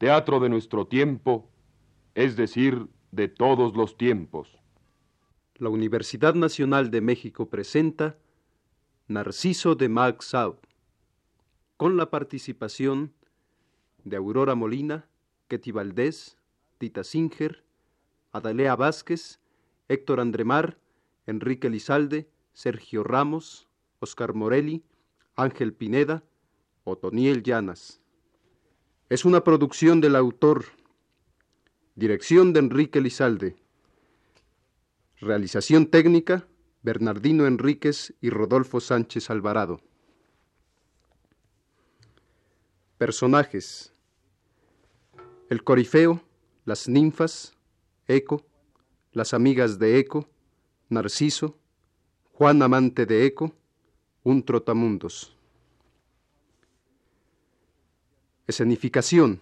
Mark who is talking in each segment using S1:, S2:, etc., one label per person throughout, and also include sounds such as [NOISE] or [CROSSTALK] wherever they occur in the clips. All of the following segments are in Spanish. S1: teatro de nuestro tiempo, es decir, de todos los tiempos.
S2: La Universidad Nacional de México presenta Narciso de Max Sau, con la participación de Aurora Molina, Ketty Valdés, Tita Singer, Adalea Vázquez, Héctor Andremar, Enrique Lizalde, Sergio Ramos, Oscar Morelli, Ángel Pineda, Otoniel Llanas. Es una producción del autor, dirección de Enrique Lizalde, realización técnica Bernardino Enríquez y Rodolfo Sánchez Alvarado. Personajes. El Corifeo, las ninfas, Eco, las amigas de Eco, Narciso, Juan amante de Eco, un trotamundos. Escenificación.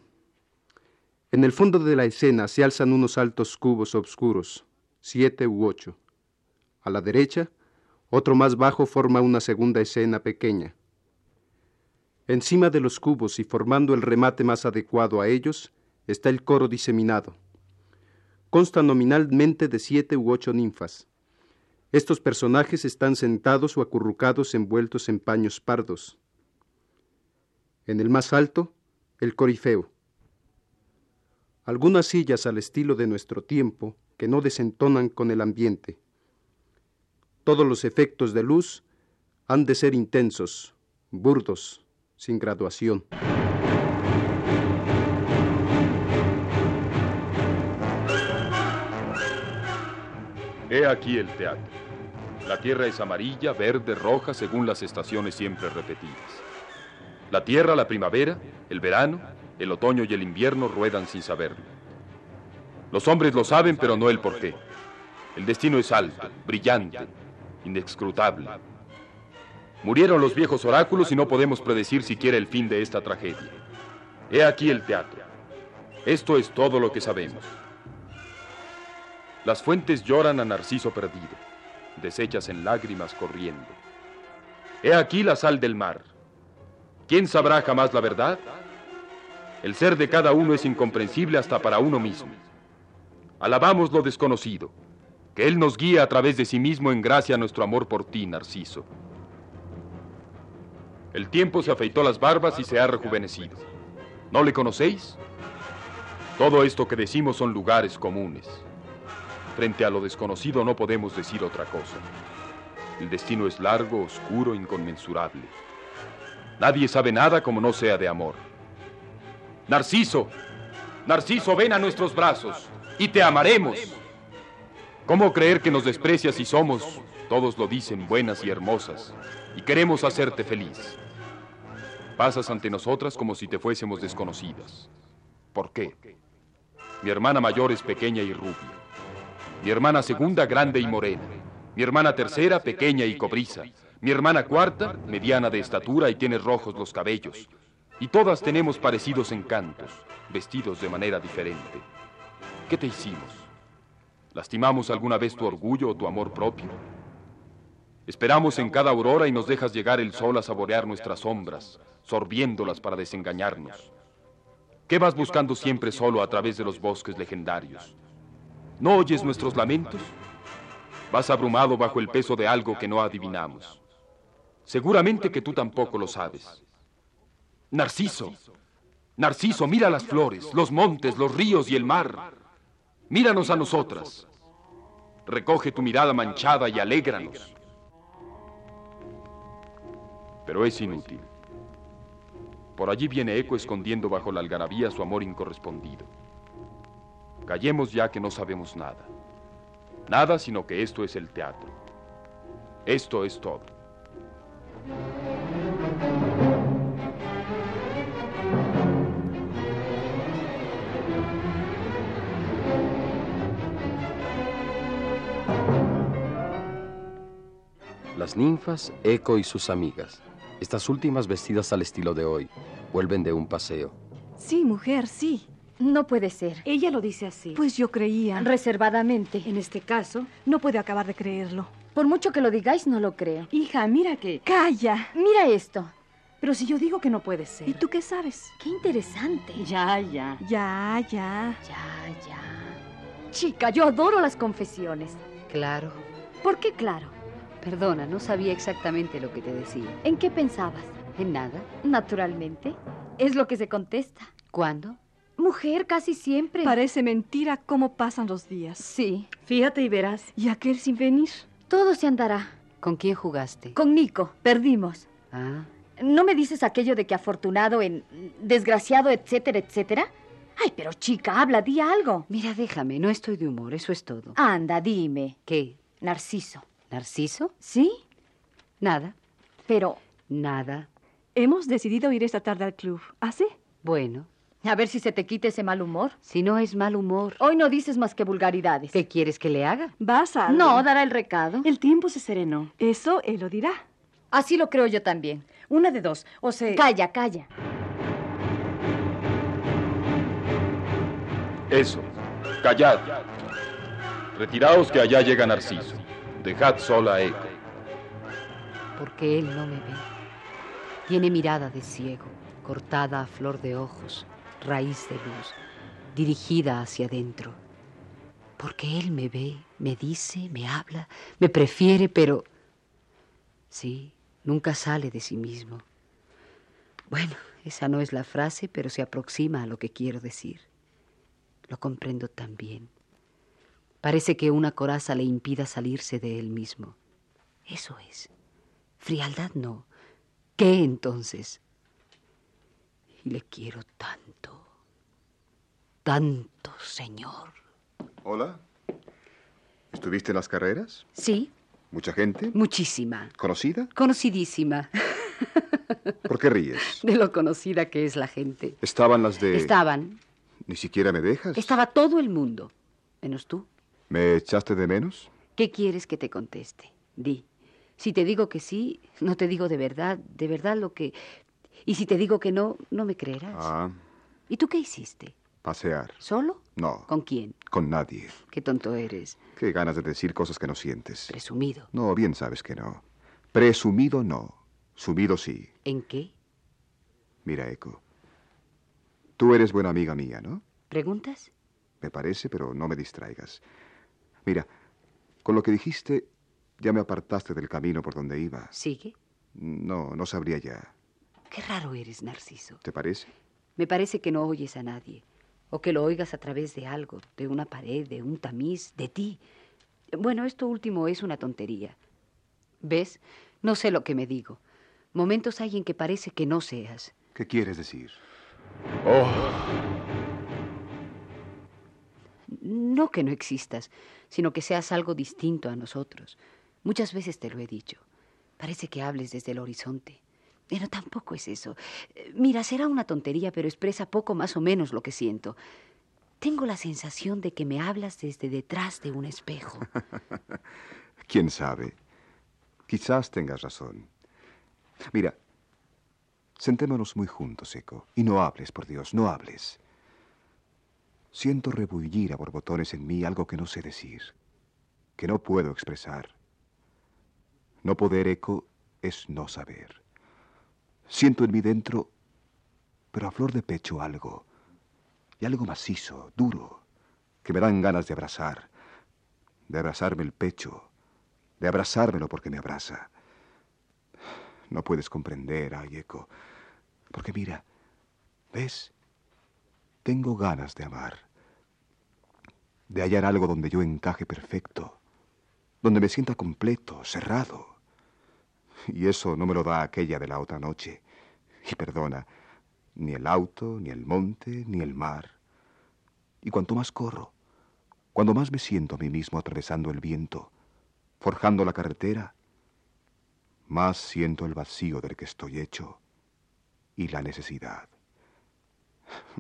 S2: En el fondo de la escena se alzan unos altos cubos obscuros, siete u ocho. A la derecha, otro más bajo forma una segunda escena pequeña. Encima de los cubos y formando el remate más adecuado a ellos está el coro diseminado. Consta nominalmente de siete u ocho ninfas. Estos personajes están sentados o acurrucados envueltos en paños pardos. En el más alto, el corifeo. Algunas sillas al estilo de nuestro tiempo que no desentonan con el ambiente. Todos los efectos de luz han de ser intensos, burdos, sin graduación.
S1: He aquí el teatro. La tierra es amarilla, verde, roja, según las estaciones siempre repetidas. La tierra, la primavera, el verano, el otoño y el invierno ruedan sin saberlo. Los hombres lo saben, pero no el porqué. El destino es alto, brillante, inexcrutable. Murieron los viejos oráculos y no podemos predecir siquiera el fin de esta tragedia. He aquí el teatro. Esto es todo lo que sabemos. Las fuentes lloran a Narciso perdido, deshechas en lágrimas corriendo. He aquí la sal del mar. ¿Quién sabrá jamás la verdad? El ser de cada uno es incomprensible hasta para uno mismo. Alabamos lo desconocido, que Él nos guía a través de sí mismo en gracia a nuestro amor por ti, Narciso. El tiempo se afeitó las barbas y se ha rejuvenecido. ¿No le conocéis? Todo esto que decimos son lugares comunes. Frente a lo desconocido no podemos decir otra cosa. El destino es largo, oscuro, inconmensurable. Nadie sabe nada como no sea de amor. Narciso, Narciso, ven a nuestros brazos y te amaremos. ¿Cómo creer que nos desprecias si somos, todos lo dicen, buenas y hermosas, y queremos hacerte feliz? Pasas ante nosotras como si te fuésemos desconocidas. ¿Por qué? Mi hermana mayor es pequeña y rubia. Mi hermana segunda grande y morena. Mi hermana tercera pequeña y cobriza. Mi hermana cuarta mediana de estatura y tiene rojos los cabellos. Y todas tenemos parecidos encantos, vestidos de manera diferente. ¿Qué te hicimos? ¿Lastimamos alguna vez tu orgullo o tu amor propio? Esperamos en cada aurora y nos dejas llegar el sol a saborear nuestras sombras, sorbiéndolas para desengañarnos. ¿Qué vas buscando siempre solo a través de los bosques legendarios? ¿No oyes nuestros lamentos? Vas abrumado bajo el peso de algo que no adivinamos. Seguramente que tú tampoco lo sabes. Narciso, Narciso, mira las flores, los montes, los ríos y el mar. Míranos a nosotras. Recoge tu mirada manchada y alégranos. Pero es inútil. Por allí viene Eco escondiendo bajo la algarabía su amor incorrespondido. Callemos ya que no sabemos nada. Nada sino que esto es el teatro. Esto es todo.
S3: Las ninfas, Eco y sus amigas. Estas últimas vestidas al estilo de hoy. Vuelven de un paseo.
S4: Sí, mujer, sí.
S5: No puede ser.
S6: Ella lo dice así.
S4: Pues yo creía.
S5: Reservadamente.
S6: En este caso,
S4: No puedo acabar de creerlo.
S5: Por mucho que lo digáis, no lo creo.
S6: hija, mira que...
S4: ¡Calla!
S5: Mira esto.
S6: Pero si yo digo que no puede ser.
S4: ¿Y tú qué sabes?
S5: Qué interesante.
S6: Ya, ya.
S4: Ya, ya.
S5: Ya, ya. Chica, yo adoro las confesiones.
S7: Claro.
S5: ¿Por qué claro?
S7: Perdona, no sabía exactamente lo que te decía.
S5: ¿En qué pensabas?
S7: ¿En nada?
S5: Naturalmente. Es lo que se contesta.
S7: ¿Cuándo?
S5: Mujer casi siempre.
S4: Parece mentira cómo pasan los días.
S5: Sí.
S6: Fíjate y verás.
S4: Y aquel sin venir.
S5: Todo se andará.
S7: ¿Con quién jugaste?
S5: Con Nico, perdimos.
S7: Ah,
S5: ¿No me dices aquello de que afortunado en desgraciado, etcétera, etcétera? Ay, pero chica, habla, di algo.
S7: mira, déjame, no estoy de humor, eso es todo.
S5: Anda, dime.
S7: ¿Qué?
S5: Narciso.
S7: ¿Narciso?
S5: ¿Sí?
S7: Nada,
S5: Pero
S7: nada.
S4: Hemos decidido ir esta tarde al club. ¿Ah, sí?
S7: Bueno,
S5: a ver si se te quita ese mal humor.
S7: si no es mal humor,
S5: Hoy no dices más que vulgaridades.
S7: ¿qué quieres que le haga?
S4: ¿Vas a...?
S5: No, dará el recado.
S6: El tiempo se serenó.
S4: Eso él lo dirá.
S5: Así lo creo yo también.
S6: Una de dos. O se...
S7: Eh,
S5: Calla, calla.
S1: Eso. Callad. Retiraos que allá llega Narciso. Dejad sola a Eco.
S7: Porque él no me ve. Tiene mirada de ciego, cortada a flor de ojos, raíz de luz, dirigida hacia adentro. Porque él me ve, me dice, me habla, me prefiere, pero... Sí, nunca sale de sí mismo. Bueno, esa no es la frase, pero se aproxima a lo que quiero decir. Lo comprendo también. Parece que una coraza le impida salirse de él mismo. Eso es. Frialdad no. ¿Qué entonces? Y le quiero tanto. Tanto, señor.
S8: Hola. ¿Estuviste en las carreras?
S7: Sí,
S8: ¿Mucha gente?
S7: muchísima.
S8: ¿Conocida?
S7: Conocidísima. [LAUGHS]
S8: ¿Por qué ríes?
S7: De lo conocida que es la gente.
S8: Estaban las de...
S7: Estaban.
S8: ¿Ni siquiera me dejas?
S7: Estaba todo el mundo. Menos tú.
S8: ¿Me echaste de menos?
S7: ¿Qué quieres que te conteste? Di. Si te digo que sí, no te digo de verdad, de verdad lo que... Y si te digo que no, no me creerás.
S8: Ah,
S7: ¿Y tú qué hiciste?
S8: pasear.
S7: ¿Solo?
S8: No,
S7: ¿Con quién?
S8: con nadie.
S7: Qué tonto eres.
S8: Qué ganas de decir cosas que no sientes.
S7: Presumido.
S8: No, bien sabes que no. Presumido no. Sumido sí.
S7: ¿En qué?
S8: Mira, Eco. Tú eres buena amiga mía, ¿no?
S7: ¿Preguntas?
S8: Me parece, pero no me distraigas. Mira, con lo que dijiste, ya me apartaste del camino por donde iba.
S7: ¿Sigue?
S8: No, no sabría ya.
S7: Qué raro eres, Narciso.
S8: ¿Te parece?
S7: Me parece que no oyes a nadie. O que lo oigas a través de algo, de una pared, de un tamiz, de ti. Bueno, esto último es una tontería. ¿Ves? No sé lo que me digo. Momentos hay en que parece que no seas.
S8: ¿Qué quieres decir?
S1: Oh,
S7: No que no existas, sino que seas algo distinto a nosotros. Muchas veces te lo he dicho. Parece que hables desde el horizonte. Pero tampoco es eso. Eh, Mira, será una tontería, pero expresa poco más o menos lo que siento. Tengo la sensación de que me hablas desde detrás de un espejo.
S8: ¿Quién sabe? Quizás tengas razón. Mira, sentémonos muy juntos, Eco. Y no hables, por Dios, no hables. Siento rebullir a borbotones en mí algo que no sé decir, que no puedo expresar. No poder, Eco, es no saber. Siento en mí dentro, pero a flor de pecho algo, y algo macizo, duro, que me dan ganas de abrazar, de abrazarme el pecho, de abrazármelo porque me abraza. No puedes comprender, ay, Eco, porque mira, ¿ves? Tengo ganas de amar, de hallar algo donde yo encaje perfecto, donde me sienta completo, cerrado. Y eso no me lo da aquella de la otra noche. Y perdona, ni el auto, ni el monte, ni el mar. Y cuanto más corro, cuando más me siento a mí mismo atravesando el viento, forjando la carretera, más siento el vacío del que estoy hecho y la necesidad.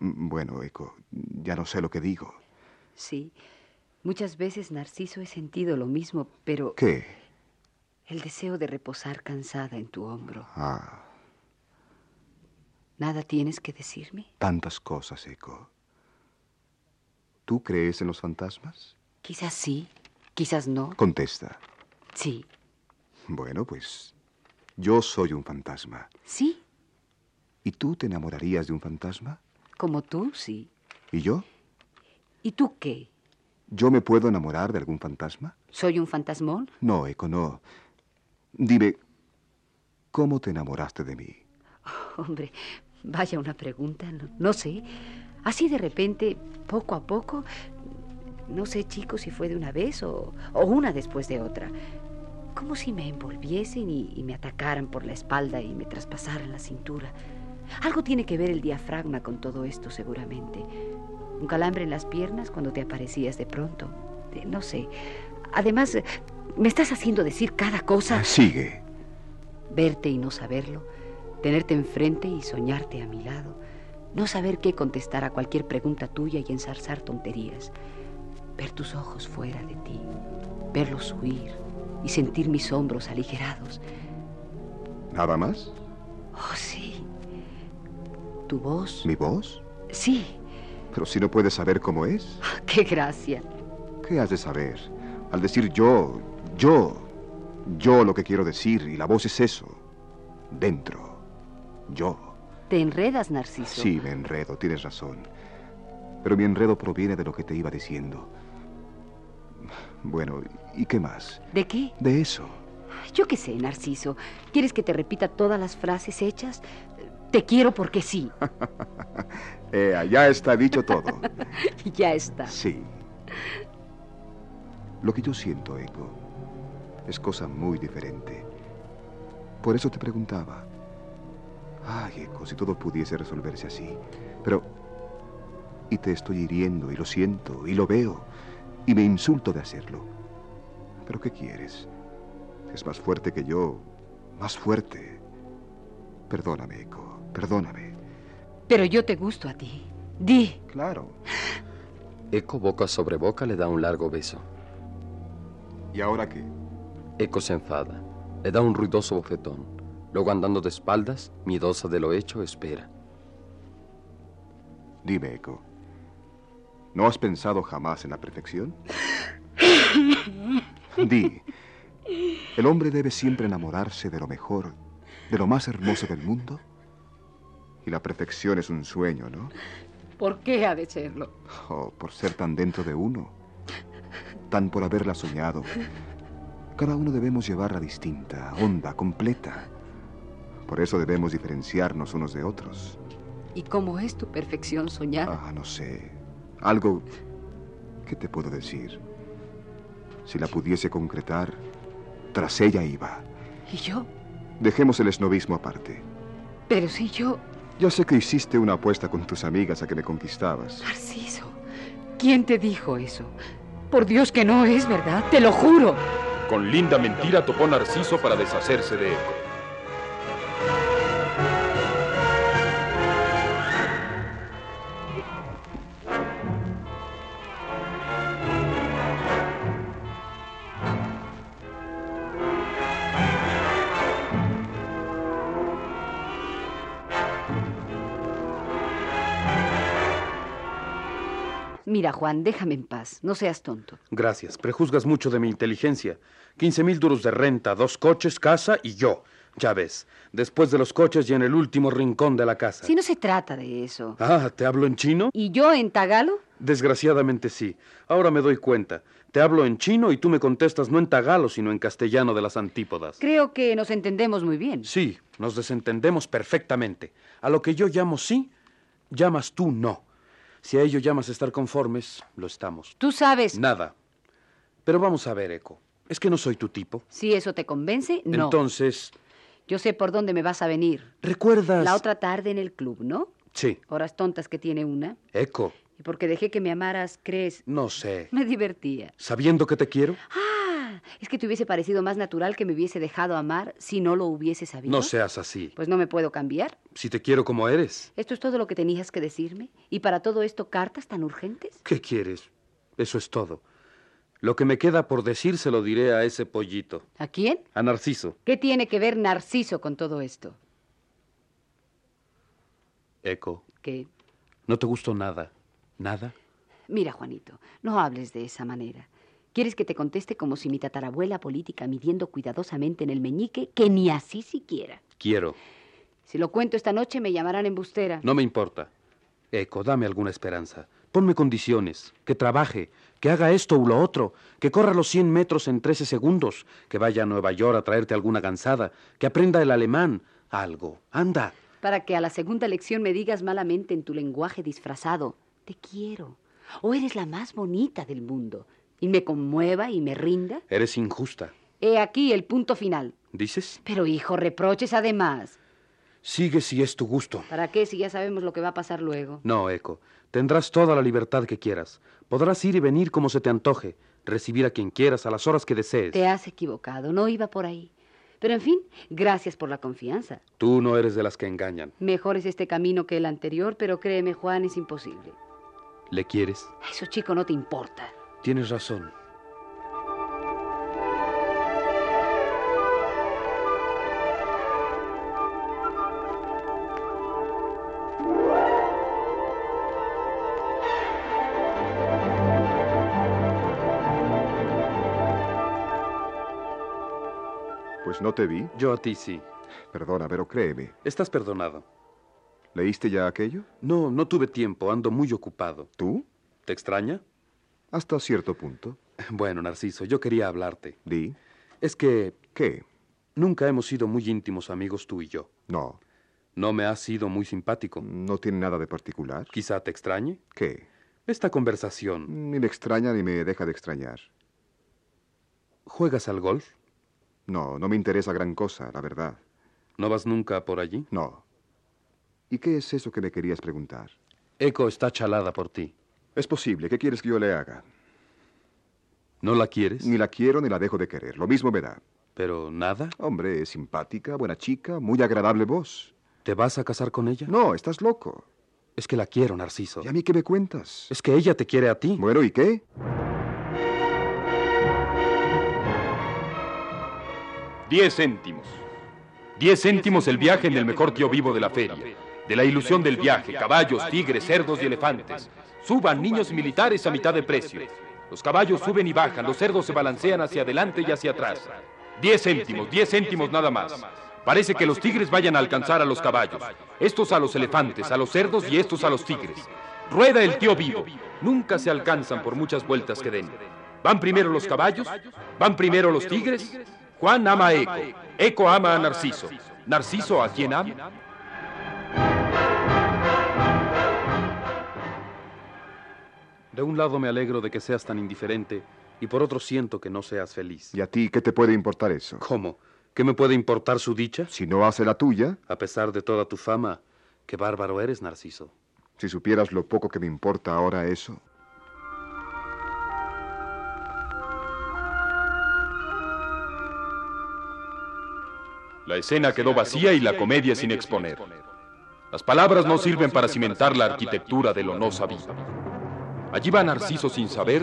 S8: Bueno, Eco, ya no sé lo que digo.
S7: Sí. Muchas veces, Narciso, he sentido lo mismo, pero
S8: ¿Qué?
S7: el deseo de reposar cansada en tu hombro.
S8: Ah,
S7: ¿Nada tienes que decirme?
S8: tantas cosas, Eco. ¿Tú crees en los fantasmas?
S7: Quizás sí, quizás no.
S8: Contesta.
S7: Sí.
S8: Bueno, pues yo soy un fantasma.
S7: ¿Sí?
S8: ¿Y tú te enamorarías de un fantasma?
S7: Como tú, sí.
S8: ¿Y yo?
S7: ¿Y tú qué?
S8: ¿Yo me puedo enamorar de algún fantasma?
S7: ¿Soy un fantasmón? [LAUGHS]
S8: No, Eco, no. Dime, ¿cómo te enamoraste de mí?
S7: Hombre, vaya una pregunta, no, no sé. Así de repente, poco a poco, no sé, chicos, si fue de una vez o, o una después de otra. Como si me envolviesen y, y me atacaran por la espalda y me traspasaran la cintura. Algo tiene que ver el diafragma con todo esto, seguramente. Un calambre en las piernas cuando te aparecías de pronto. Eh, No sé. Además, eh, me estás haciendo decir cada cosa.
S8: Sigue.
S7: Verte y no saberlo, tenerte enfrente y soñarte a mi lado, no saber qué contestar a cualquier pregunta tuya y ensarzar tonterías, ver tus ojos fuera de ti, verlos huir y sentir mis hombros aligerados.
S8: ¿Nada más?
S7: Oh, sí. Tu voz.
S8: ¿Mi voz?
S7: Sí.
S8: Pero si no puedes saber cómo es,
S7: Ah, ¡Qué gracia!
S8: ¿qué has de saber? Al decir yo, yo, yo lo que quiero decir, y la voz es eso. Dentro. Yo.
S7: Te enredas, Narciso.
S8: Sí, me enredo, tienes razón. Pero mi enredo proviene de lo que te iba diciendo. Bueno, ¿y qué más?
S7: ¿De qué?
S8: De eso.
S7: Yo qué sé, Narciso. ¿Quieres que te repita todas las frases hechas? Te quiero porque sí. [LAUGHS]
S8: Eh, allá está dicho todo.
S7: ya está.
S8: Sí. Lo que yo siento, Eco, es cosa muy diferente. Por eso te preguntaba. Ay, Eco, si todo pudiese resolverse así. Pero... Y te estoy hiriendo, y lo siento, y lo veo, y me insulto de hacerlo. Pero ¿qué quieres? Es más fuerte que yo, más fuerte. Perdóname, Eco, perdóname.
S7: Pero yo te gusto a ti. Di,
S8: Claro.
S9: Eco boca sobre boca le da un largo beso.
S8: ¿Y ahora qué?
S9: Eco se enfada, le da un ruidoso bofetón. Luego andando de espaldas, miedosa de lo hecho, espera.
S8: Dime, Eco. ¿No has pensado jamás en la perfección?
S10: [LAUGHS]
S8: Di, ¿el hombre debe siempre enamorarse de lo mejor, de lo más hermoso del mundo? Y la perfección es un sueño, ¿no?
S10: ¿Por qué ha de serlo?
S8: Oh, por ser tan dentro de uno, tan por haberla soñado. Cada uno debemos llevarla distinta, honda, completa. Por eso debemos diferenciarnos unos de otros.
S7: ¿y cómo es tu perfección soñada?
S8: Ah, no sé. Algo... ¿Qué te puedo decir? Si la pudiese concretar, tras ella iba.
S7: ¿Y yo?
S8: Dejemos el esnovismo aparte.
S7: Pero si yo,
S8: Ya sé que hiciste una apuesta con tus amigas a que me conquistabas.
S7: Narciso, ¿quién te dijo eso? Por Dios que no es verdad, te lo juro.
S11: Con linda mentira topó Narciso para deshacerse de Eco.
S7: Mira, Juan, déjame en paz, no seas tonto.
S1: Gracias. Prejuzgas mucho de mi inteligencia. 15 mil duros de renta, dos coches, casa y yo. Ya ves, después de los coches y en el último rincón de la casa.
S7: Si no se trata de eso.
S1: Ah, ¿te hablo en chino?
S7: ¿Y yo en Tagalo?
S1: Desgraciadamente sí. Ahora me doy cuenta. Te hablo en chino y tú me contestas no en tagalo, sino en castellano de las antípodas.
S7: Creo que nos entendemos muy bien.
S1: Sí, nos desentendemos perfectamente. A lo que yo llamo sí, llamas tú no. Si a ello llamas estar conformes, lo estamos.
S7: Tú sabes.
S1: Nada. Pero vamos a ver, Eco. ¿Es que no soy tu tipo?
S7: Si eso te convence, no.
S1: Entonces,
S7: Yo sé por dónde me vas a venir.
S1: ¿recuerdas?
S7: La otra tarde en el club, ¿no?
S1: Sí,
S7: Horas tontas que tiene una.
S1: Eco.
S7: Y porque dejé que me amaras, crees. [LAUGHS]
S1: No sé.
S7: Me divertía.
S1: ¿Sabiendo que te quiero?
S7: Ah, es que te hubiese parecido más natural que me hubiese dejado amar si no lo hubiese sabido.
S1: No seas así.
S7: Pues no me puedo cambiar.
S1: Si te quiero como eres,
S7: ¿Esto es todo lo que tenías que decirme? ¿Y para todo esto cartas tan urgentes?
S1: ¿qué quieres? Eso es todo. Lo que me queda por decir se lo diré a ese pollito,
S7: ¿A quién?
S1: a Narciso.
S7: ¿Qué tiene que ver Narciso con todo esto?
S1: Eco,
S7: Que,
S1: no te gustó nada. ¿Nada?
S7: mira, Juanito, no hables de esa manera. ¿Quieres que te conteste como si mi tatarabuela política midiendo cuidadosamente en el meñique, que ni así siquiera?
S1: Quiero.
S7: Si lo cuento esta noche, me llamarán embustera.
S12: No me importa. Eco, dame alguna esperanza. Ponme condiciones. Que trabaje. Que haga esto u lo otro. Que corra los 100 metros en 13 segundos. Que vaya a Nueva York a traerte alguna gansada. Que aprenda el alemán. Algo. Anda.
S7: Para que a la segunda lección me digas malamente en tu lenguaje disfrazado, te quiero. O eres la más bonita del mundo. Y me conmueva y me rinda.
S12: Eres injusta.
S7: He aquí el punto final.
S12: ¿Dices?
S7: Pero hijo, reproches además.
S12: Sigue si es tu gusto.
S7: ¿Para qué si ya sabemos lo que va a pasar luego?
S12: No, Eco. Tendrás toda la libertad que quieras. Podrás ir y venir como se te antoje, recibir a quien quieras a las horas que desees.
S7: Te has equivocado, no iba por ahí. Pero en fin, gracias por la confianza.
S12: Tú no eres de las que engañan.
S7: Mejor es este camino que el anterior, pero créeme, Juan, es imposible.
S12: ¿Le quieres?
S7: Eso, chico, no te importa.
S12: Tienes razón.
S8: Pues no te vi.
S12: Yo a ti sí.
S8: Perdona, pero créeme.
S12: Estás perdonado.
S8: ¿Leíste ya aquello?
S12: No, no tuve tiempo. Ando muy ocupado.
S8: ¿Tú?
S12: ¿Te extraña? [LAUGHS]
S8: Hasta cierto punto.
S12: Bueno, Narciso, yo quería hablarte.
S8: Di.
S12: Es que
S8: ¿Qué?
S12: nunca hemos sido muy íntimos amigos tú y yo.
S8: No.
S12: No me has sido muy simpático.
S8: No tiene nada de particular.
S12: Quizá te extrañe.
S8: ¿Qué?
S12: Esta conversación.
S8: Ni me extraña ni me deja de extrañar.
S12: ¿Juegas al golf?
S8: No, no me interesa gran cosa, la verdad.
S12: ¿No vas nunca por allí?
S8: No. ¿Y qué es eso que me querías preguntar?
S12: Eco está chalada por ti.
S8: Es posible. ¿Qué quieres que yo le haga?
S12: ¿No la quieres?
S8: Ni la quiero ni la dejo de querer. Lo mismo me da.
S12: Pero nada.
S8: Hombre, es simpática, buena chica, muy agradable voz.
S12: ¿Te vas a casar con ella?
S8: No, estás loco.
S12: Es que la quiero, Narciso.
S8: ¿Y a mí qué me cuentas?
S12: Es que ella te quiere a ti.
S8: Bueno, ¿y qué?
S1: Diez céntimos. Diez céntimos el viaje en el mejor tío vivo de la feria. De la ilusión del viaje, caballos, tigres, cerdos y elefantes. Suban niños militares a mitad de precio. Los caballos suben y bajan, los cerdos se balancean hacia adelante y hacia atrás. Diez céntimos, diez céntimos nada más. Parece que los tigres vayan a alcanzar a los caballos. Estos a los elefantes, a los cerdos y estos a los tigres. Rueda el tío vivo. Nunca se alcanzan por muchas vueltas que den. Van primero los caballos, van primero los tigres, Juan ama a Eco. Eco ama a Narciso. Narciso a quien ama.
S12: De un lado me alegro de que seas tan indiferente y por otro siento que no seas feliz.
S8: ¿Y a ti qué te puede importar eso?
S12: ¿Cómo? ¿Qué me puede importar su dicha?
S8: Si no hace la tuya,
S12: A pesar de toda tu fama, qué bárbaro eres, Narciso.
S8: si supieras lo poco que me importa ahora eso.
S1: La escena quedó vacía y la comedia sin exponer. Las palabras no sirven para cimentar la arquitectura de lo no sabido. Allí va Narciso sin saber,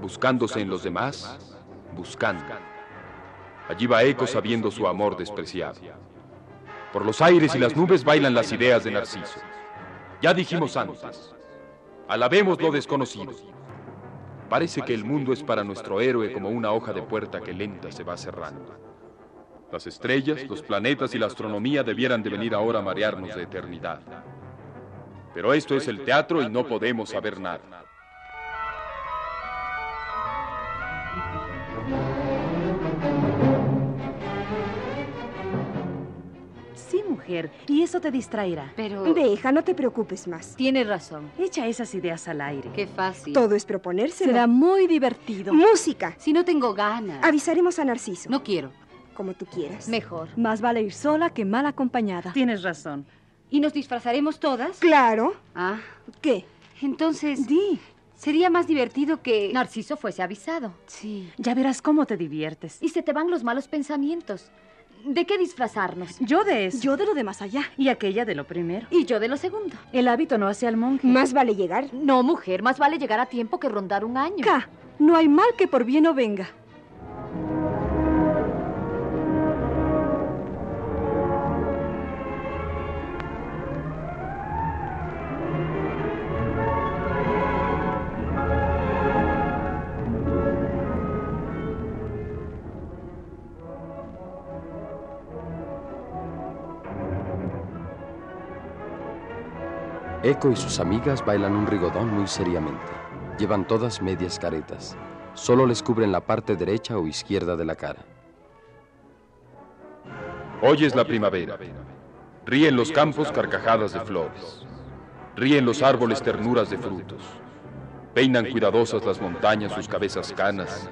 S1: buscándose en los demás, buscando. Allí va Eco sabiendo su amor despreciado. Por los aires y las nubes bailan las ideas de Narciso. Ya dijimos antes, alabemos lo desconocido. Parece que el mundo es para nuestro héroe como una hoja de puerta que lenta se va cerrando. Las estrellas, los planetas y la astronomía debieran de venir ahora a marearnos de eternidad. Pero esto es el teatro y no podemos saber nada.
S13: Sí, mujer, y eso te distraerá.
S7: Pero.
S14: Deja, no te preocupes más.
S7: Tienes razón.
S13: Echa esas ideas al aire.
S7: Qué fácil.
S14: Todo es proponérselo.
S4: Será muy divertido.
S14: Música.
S7: Si no tengo ganas.
S14: Avisaremos a Narciso.
S7: No quiero.
S14: Como tú quieras.
S7: Mejor.
S4: Más vale ir sola que mal acompañada.
S13: Tienes razón.
S7: ¿Y nos disfrazaremos todas?
S14: Claro.
S7: Ah,
S14: ¿Qué?
S7: entonces.
S14: Di.
S7: Sería más divertido que.
S5: Narciso fuese avisado.
S7: Sí.
S13: Ya verás cómo te diviertes.
S5: Y se te van los malos pensamientos. ¿De qué disfrazarnos?
S13: Yo de eso.
S4: Yo de lo demás allá.
S13: Y aquella de lo primero.
S5: Y yo de lo segundo.
S13: El hábito no hace al monje.
S14: Más vale llegar.
S5: No, mujer, más vale llegar a tiempo que rondar un año.
S4: Ca, no hay mal que por bien no venga.
S3: Eco y sus amigas bailan un rigodón muy seriamente. Llevan todas medias caretas. Solo les cubren la parte derecha o izquierda de la cara.
S1: Hoy es la primavera. Ríen los campos carcajadas de flores. Ríen los árboles ternuras de frutos. Peinan cuidadosas las montañas sus cabezas canas,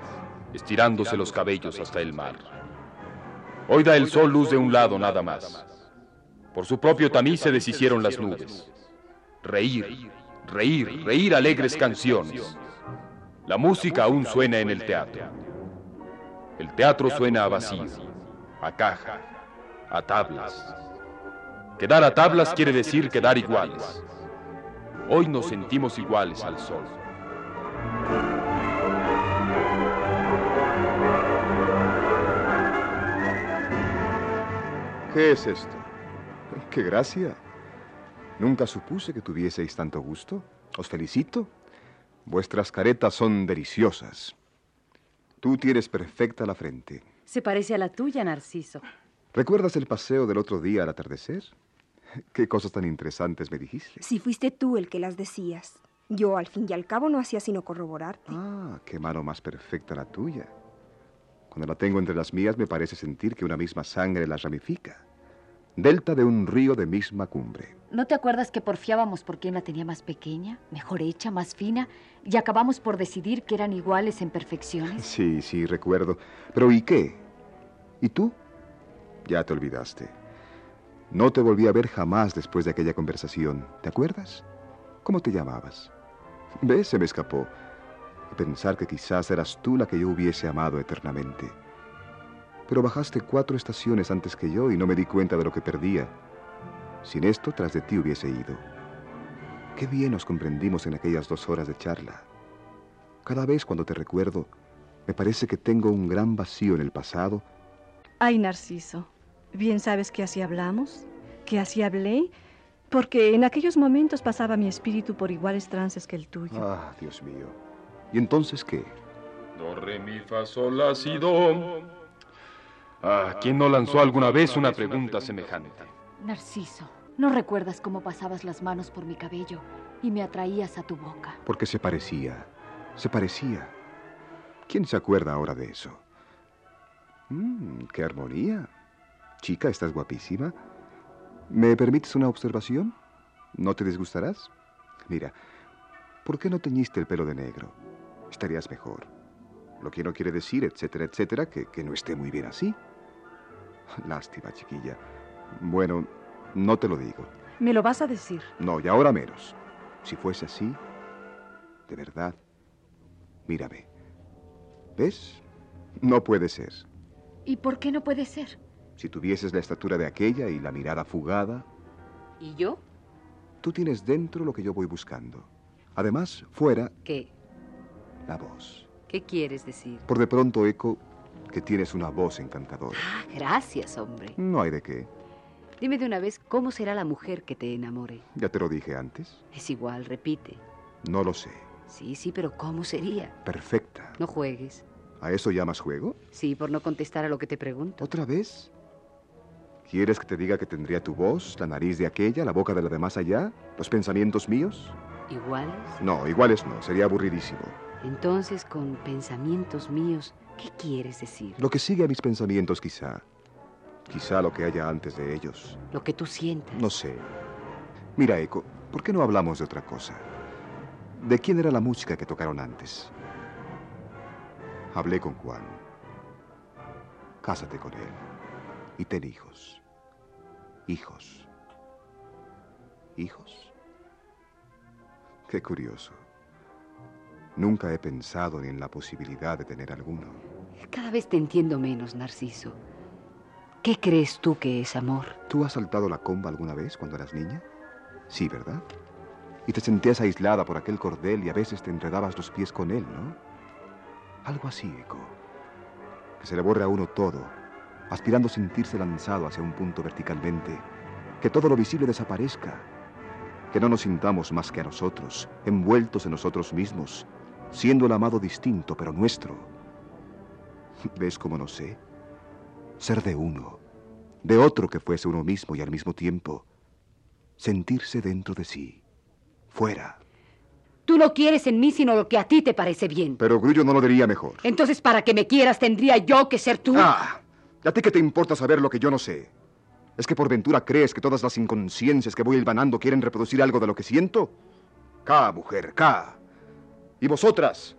S1: estirándose los cabellos hasta el mar. Hoy da el sol luz de un lado nada más. Por su propio tamiz se deshicieron las nubes. Reír, reír, reír alegres canciones. La música aún suena en el teatro. El teatro suena a vacío, a caja, a tablas. Quedar a tablas quiere decir quedar iguales. Hoy nos sentimos iguales al sol.
S8: ¿Qué es esto? ¡Qué gracia! Nunca supuse que tuvieseis tanto gusto. Os felicito. Vuestras caretas son deliciosas. Tú tienes perfecta la frente.
S13: Se parece a la tuya, Narciso.
S8: ¿Recuerdas el paseo del otro día al atardecer? [LAUGHS] ¿Qué cosas tan interesantes me dijiste?
S14: Si fuiste tú el que las decías. Yo, al fin y al cabo, no hacía sino corroborarte.
S8: Ah, qué mano más perfecta la tuya. Cuando la tengo entre las mías me parece sentir que una misma sangre las ramifica. Delta de un río de misma cumbre.
S5: ¿No te acuerdas que porfiábamos por quién la tenía más pequeña, mejor hecha, más fina, y acabamos por decidir que eran iguales en perfecciones?
S8: Sí, sí, recuerdo. Pero ¿y qué? ¿Y tú? Ya te olvidaste. No te volví a ver jamás después de aquella conversación. ¿Te acuerdas? ¿Cómo te llamabas? ¿Ves? Se me escapó. Y pensar que quizás eras tú la que yo hubiese amado eternamente. Pero bajaste cuatro estaciones antes que yo y no me di cuenta de lo que perdía. Sin esto, tras de ti hubiese ido. Qué bien nos comprendimos en aquellas dos horas de charla. Cada vez cuando te recuerdo, me parece que tengo un gran vacío en el pasado
S4: Ay, Narciso, bien sabes que así hablamos, que así hablé, porque en aquellos momentos pasaba mi espíritu por iguales trances que el tuyo.
S8: Ah, Dios mío. ¿Y entonces qué?
S1: Do, re, mi, fa, sol, la, si, do. Ah, ¿quién no lanzó alguna vez una pregunta semejante?
S5: [LAUGHS] Narciso, ¿no recuerdas cómo pasabas las manos por mi cabello y me atraías a tu boca?
S8: Porque se parecía. Se parecía. ¿Quién se acuerda ahora de eso? Mm, ¡Qué armonía! Chica, estás guapísima. ¿Me permites una observación? ¿No te disgustarás? Mira, ¿por qué no teñiste el pelo de negro? Estarías mejor. Lo que no quiere decir, etcétera, etcétera, que, que no esté muy bien así. Lástima, chiquilla. Bueno, no te lo digo.
S13: Me lo vas a decir.
S8: No, y ahora menos. Si fuese así, de verdad, mírame. ¿Ves? No puede ser.
S5: ¿Y por qué no puede ser?
S8: Si tuvieses la estatura de aquella y la mirada fugada,
S7: ¿Y yo?
S8: tú tienes dentro lo que yo voy buscando. Además, fuera
S7: ¿Qué?
S8: la voz.
S7: ¿Qué quieres decir?
S8: Por de pronto, Eco, que tienes una voz encantadora.
S7: Ah, gracias, hombre.
S8: No hay de qué.
S7: Dime de una vez cómo será la mujer que te enamore.
S8: Ya te lo dije antes.
S7: Es igual, repite.
S8: No lo sé.
S7: Sí, sí, pero ¿cómo sería?
S8: Perfecta.
S7: No juegues.
S8: ¿A eso llamas juego?
S7: Sí, por no contestar a lo que te pregunto.
S8: ¿Otra vez? ¿Quieres que te diga que tendría tu voz, la nariz de aquella, la boca de la de más allá, los pensamientos míos?
S7: ¿Iguales?
S8: No, iguales no, sería aburridísimo.
S7: Entonces, con pensamientos míos, ¿qué quieres decir?
S8: Lo que sigue a mis pensamientos quizá. Quizá lo que haya antes de ellos.
S7: Lo que tú sientas.
S8: No sé. Mira, Eco, ¿por qué no hablamos de otra cosa? ¿De quién era la música que tocaron antes? Hablé con Juan. Cásate con él y ten hijos. Hijos. ¿Hijos? Qué curioso. Nunca he pensado ni en la posibilidad de tener alguno.
S7: Cada vez te entiendo menos, Narciso. ¿Qué crees tú que es amor?
S8: ¿Tú has saltado la comba alguna vez cuando eras niña? Sí, ¿verdad? Y te sentías aislada por aquel cordel y a veces te enredabas los pies con él, ¿no? Algo así, Eco. Que se le borra a uno todo, aspirando sentirse lanzado hacia un punto verticalmente. Que todo lo visible desaparezca. Que no nos sintamos más que a nosotros, envueltos en nosotros mismos, siendo el amado distinto, pero nuestro. [LAUGHS] ¿Ves cómo no sé? Ser de uno, de otro que fuese uno mismo y al mismo tiempo, sentirse dentro de sí, Fuera.
S5: Tú no quieres en mí sino lo que a ti te parece bien.
S8: Pero Grullo no lo diría mejor.
S5: Entonces, para que me quieras, tendría yo que ser tú.
S8: Ah, ¿y a ti qué te importa saber lo que yo no sé? ¿Es que por ventura crees que todas las inconsciencias que voy hilvanando quieren reproducir algo de lo que siento? Ca, mujer, ca. Y vosotras,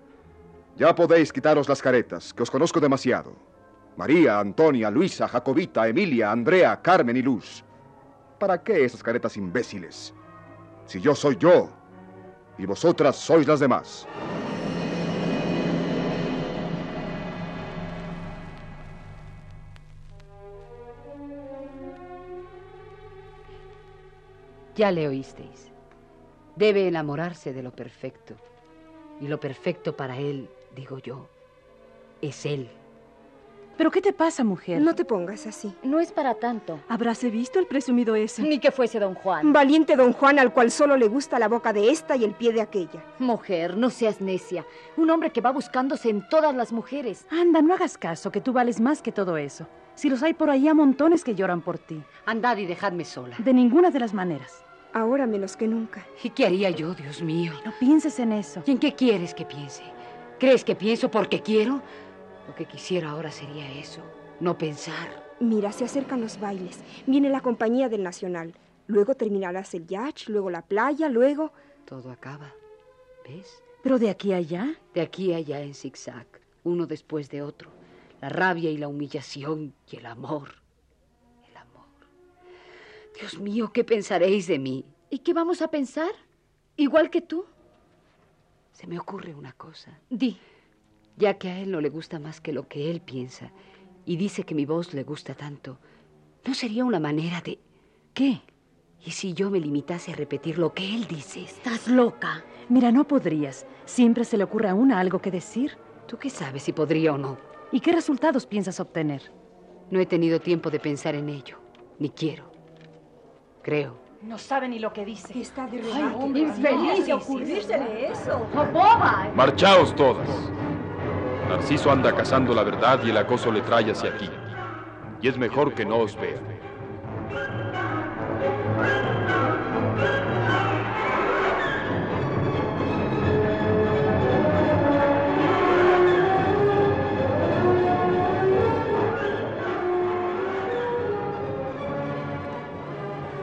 S8: ya podéis quitaros las caretas, que os conozco demasiado. María, Antonia, Luisa, Jacobita, Emilia, Andrea, Carmen y Luz. ¿Para qué esas caretas imbéciles? Si yo soy yo, y vosotras sois las demás.
S7: Ya le oísteis. Debe enamorarse de lo perfecto. Y lo perfecto para él, digo yo, es él.
S13: ¿Pero qué te pasa, mujer?
S14: No te pongas así.
S5: No es para tanto.
S4: ¿Habráse visto el presumido ese?
S5: Ni que fuese don Juan.
S14: Valiente don Juan al cual solo le gusta la boca de esta y el pie de aquella.
S5: Mujer, no seas necia. Un hombre que va buscándose en todas las mujeres.
S13: Anda, no hagas caso, que tú vales más que todo eso. Si los hay por ahí a montones que lloran por ti.
S7: Andad y dejadme sola.
S13: De ninguna de las maneras.
S14: Ahora menos que nunca.
S7: ¿Y qué haría yo, Dios mío?
S13: No pienses en eso.
S7: ¿Y en qué quieres que piense? ¿Crees que pienso porque quiero? Lo que quisiera ahora sería eso, no pensar.
S14: Mira, se acercan los bailes. Viene la compañía del Nacional. Luego terminarás el yacht, luego la playa, luego...
S7: Todo acaba. ¿Ves?
S13: ¿Pero de aquí a allá?
S7: De aquí a allá en zigzag, uno después de otro. La rabia y la humillación y el amor. El amor. Dios mío, ¿qué pensaréis de mí?
S5: ¿Y qué vamos a pensar? ¿Igual que tú?
S7: Se me ocurre una cosa.
S5: Di
S7: ya que a él no le gusta más que lo que él piensa y dice que mi voz le gusta tanto, ¿no sería una manera de...
S13: ¿Qué?
S7: ¿Y si yo me limitase a repetir lo que él dice?
S5: Estás loca.
S13: Mira, no podrías. Siempre se le ocurre a una algo que decir.
S7: ¿Tú qué sabes si podría o no?
S13: ¿Y qué resultados piensas obtener?
S7: No he tenido tiempo de pensar en ello, ni quiero. Creo.
S13: No sabe ni lo que dice.
S14: Está de
S5: infeliz
S14: de ocurrírsele eso.
S5: ¡Boba!
S1: Marchaos todas. Narciso anda cazando la verdad y el acoso le trae hacia aquí. Y es mejor que no os vea.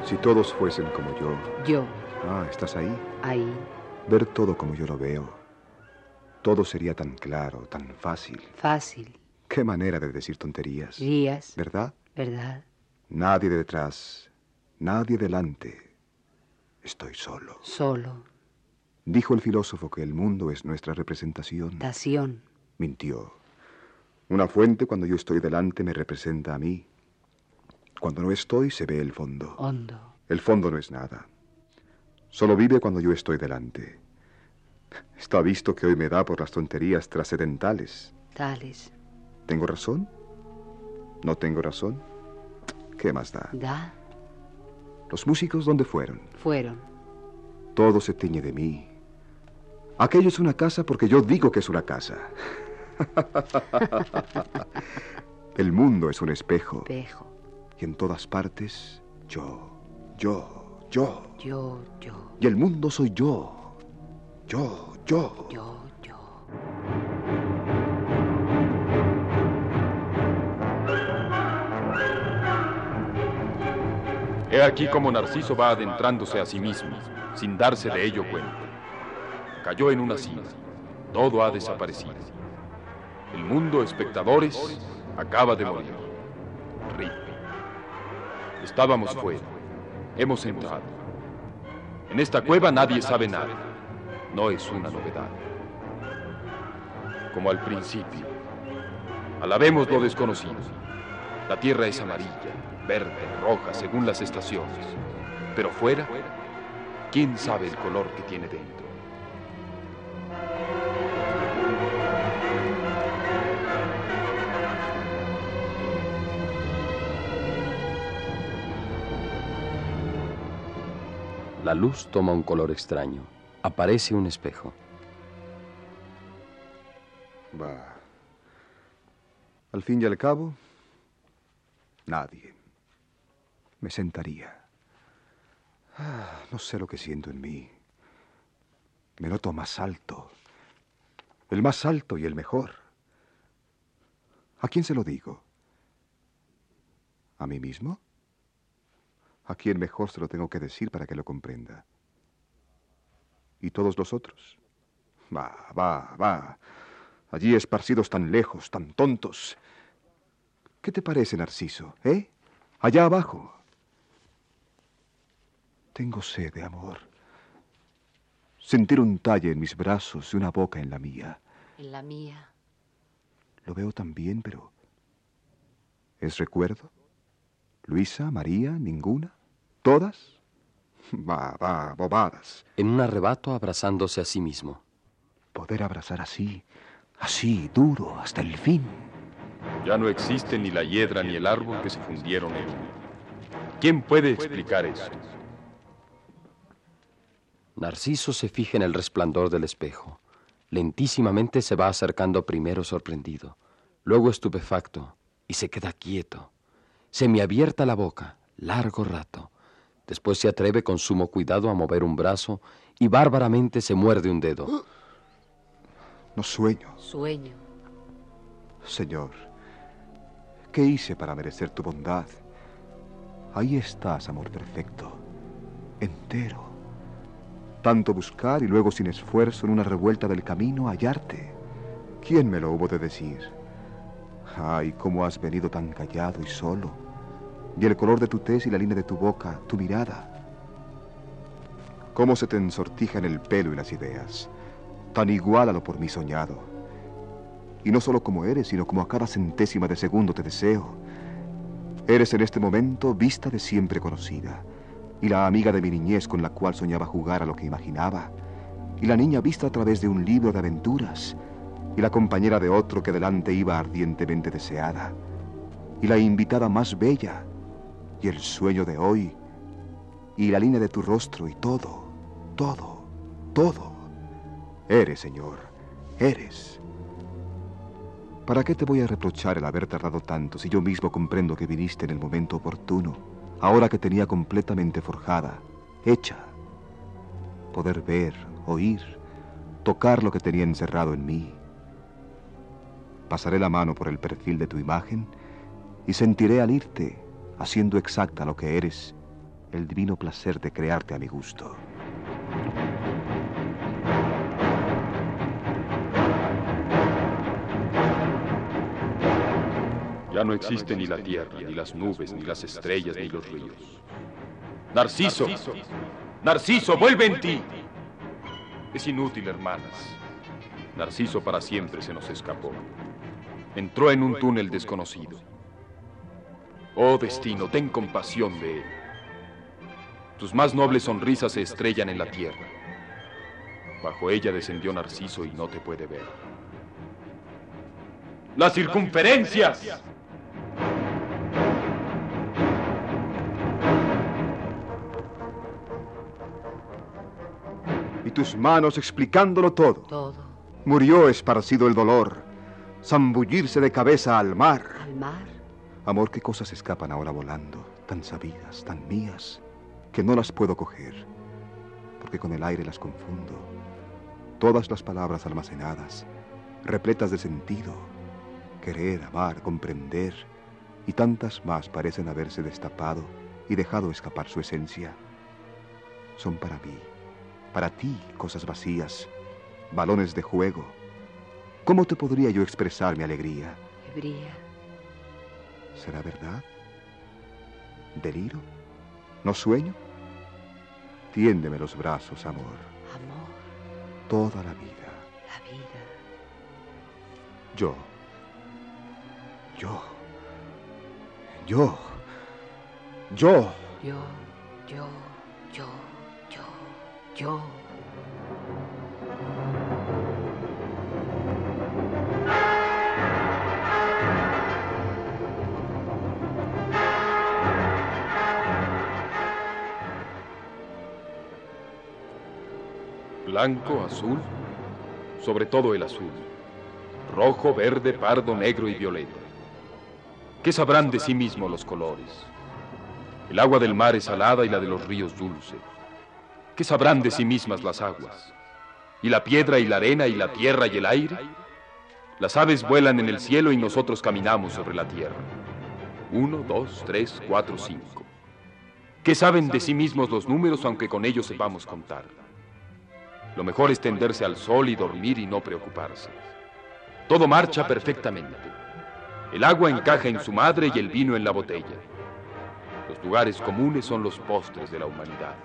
S8: Si todos fuesen como yo.
S7: Yo.
S8: Ah, estás ahí.
S7: Ahí.
S8: Ver todo como yo lo veo. Todo sería tan claro, tan fácil.
S7: Fácil.
S8: Qué manera de decir tonterías.
S7: Rías.
S8: ¿Verdad?
S7: ¿Verdad?
S8: Nadie de detrás, nadie delante. Estoy solo.
S7: Solo.
S8: Dijo el filósofo que el mundo es nuestra representación.
S7: Tación.
S8: Mintió. Una fuente cuando yo estoy delante me representa a mí. Cuando no estoy se ve el fondo.
S7: Hondo.
S8: El fondo no es nada. Solo vive cuando yo estoy delante. Está visto que hoy me da por las tonterías trascendentales.
S7: Tales.
S8: ¿Tengo razón? ¿No tengo razón? ¿Qué más da?
S7: ¿Da?
S8: ¿Los músicos dónde fueron?
S7: Fueron.
S8: Todo se tiñe de mí. Aquello es una casa porque yo digo que es una casa. [LAUGHS] El mundo es un espejo.
S7: Espejo.
S8: Y en todas partes, yo, yo, yo.
S7: Yo, yo.
S8: Y el mundo soy yo. Yo, yo.
S7: Yo, yo.
S1: He aquí como Narciso va adentrándose a sí mismo, sin darse de ello cuenta. Cayó en una silla. Todo ha desaparecido. El mundo, espectadores, acaba de morir. Rip. Estábamos fuera. Hemos entrado. En esta cueva nadie sabe nada no es una novedad. Como al principio, alabemos lo desconocido. La tierra es amarilla, verde, roja, según las estaciones. Pero fuera, ¿quién sabe el color que tiene dentro?
S3: La luz toma un color extraño. Aparece un espejo.
S8: Va. Al fin y al cabo, nadie. Me sentaría. Ah, no sé lo que siento en mí. Me noto más alto. El más alto y el mejor. ¿A quién se lo digo? ¿A mí mismo? ¿A quién mejor se lo tengo que decir para que lo comprenda? ¿Y todos los otros? Va, va, va. Allí esparcidos tan lejos, tan tontos. ¿Qué te parece, Narciso? ¿Eh? Allá abajo. Tengo sed de amor. Sentir un talle en mis brazos y una boca en la mía.
S7: En la mía.
S8: Lo veo también, pero... ¿Es recuerdo? ¿Luisa? ¿María? ¿Ninguna? ¿Todas? Va, va, bobadas.
S3: En un arrebato abrazándose a sí mismo.
S8: Poder abrazar así, así, duro, hasta el fin.
S1: Ya no existe ni la hiedra ni el árbol que se fundieron en uno. ¿Quién puede explicar eso?
S3: Narciso se fija en el resplandor del espejo. Lentísimamente se va acercando primero sorprendido, luego estupefacto, y se queda quieto. Semiabierta la boca, largo rato. Después se atreve con sumo cuidado a mover un brazo y bárbaramente se muerde un dedo.
S8: No sueño.
S7: Sueño.
S8: Señor, ¿qué hice para merecer tu bondad? Ahí estás, amor perfecto, entero. Tanto buscar y luego sin esfuerzo en una revuelta del camino hallarte. ¿Quién me lo hubo de decir? Ay, cómo has venido tan callado y solo. Y el color de tu tez y la línea de tu boca, tu mirada. Cómo se te ensortijan el pelo y las ideas. Tan igual a lo por mí soñado. Y no solo como eres, sino como a cada centésima de segundo te deseo. Eres en este momento vista de siempre conocida y la amiga de mi niñez con la cual soñaba jugar a lo que imaginaba, y la niña vista a través de un libro de aventuras, y la compañera de otro que delante iba ardientemente deseada, y la invitada más bella, y el sueño de hoy, y la línea de tu rostro, y todo, todo, todo. Eres, Señor, eres. ¿Para qué te voy a reprochar el haber tardado tanto si yo mismo comprendo que viniste en el momento oportuno? ahora que tenía completamente forjada, hecha. Poder ver, oír, tocar lo que tenía encerrado en mí. Pasaré la mano por el perfil de tu imagen y sentiré al irte, haciendo exacta lo que eres, el divino placer de crearte a mi gusto.
S1: Ya no existe ni la tierra, ni las nubes, ni las estrellas, ni los ríos. Narciso, Narciso, vuelve en ti. Es inútil, hermanas. Narciso para siempre se nos escapó. Entró en un túnel desconocido. Oh destino, ten compasión de él. Tus más nobles sonrisas se estrellan en la tierra. Bajo ella descendió Narciso y no te puede ver. Las circunferencias.
S8: y tus manos explicándolo todo.
S7: Todo.
S8: Murió esparcido el dolor, zambullirse de cabeza al mar.
S7: Al mar.
S8: Amor, qué cosas escapan ahora volando, tan sabidas, tan mías, que no las puedo coger, porque con el aire las confundo. Todas las palabras almacenadas, repletas de sentido, querer, amar, comprender, y tantas más parecen haberse destapado y dejado escapar su esencia. Son para mí para ti cosas vacías, balones de juego. ¿Cómo te podría yo expresar mi alegría?
S7: Hebría.
S8: ¿Será verdad? ¿Deliro? ¿No sueño? Tiéndeme los brazos, amor.
S7: Amor.
S8: Toda la vida.
S7: La vida.
S8: Yo. Yo. Yo. Yo.
S7: Yo, yo, yo, yo yo.
S1: Blanco, azul, sobre todo el azul. Rojo, verde, pardo, negro y violeta. ¿Qué sabrán de sí mismos los colores? El agua del mar es salada y la de los ríos dulce. ¿Qué sabrán de sí mismas las aguas? y la piedra y la arena y la tierra y el aire. Las aves vuelan en el cielo y nosotros caminamos sobre la tierra. Uno, dos, tres, cuatro, cinco. ¿Qué saben de sí mismos los números aunque con ellos sepamos contar? Lo mejor es tenderse al sol y dormir y no preocuparse. Todo marcha perfectamente. El agua encaja en su madre y el vino en la botella. Los lugares comunes son los postres de la humanidad.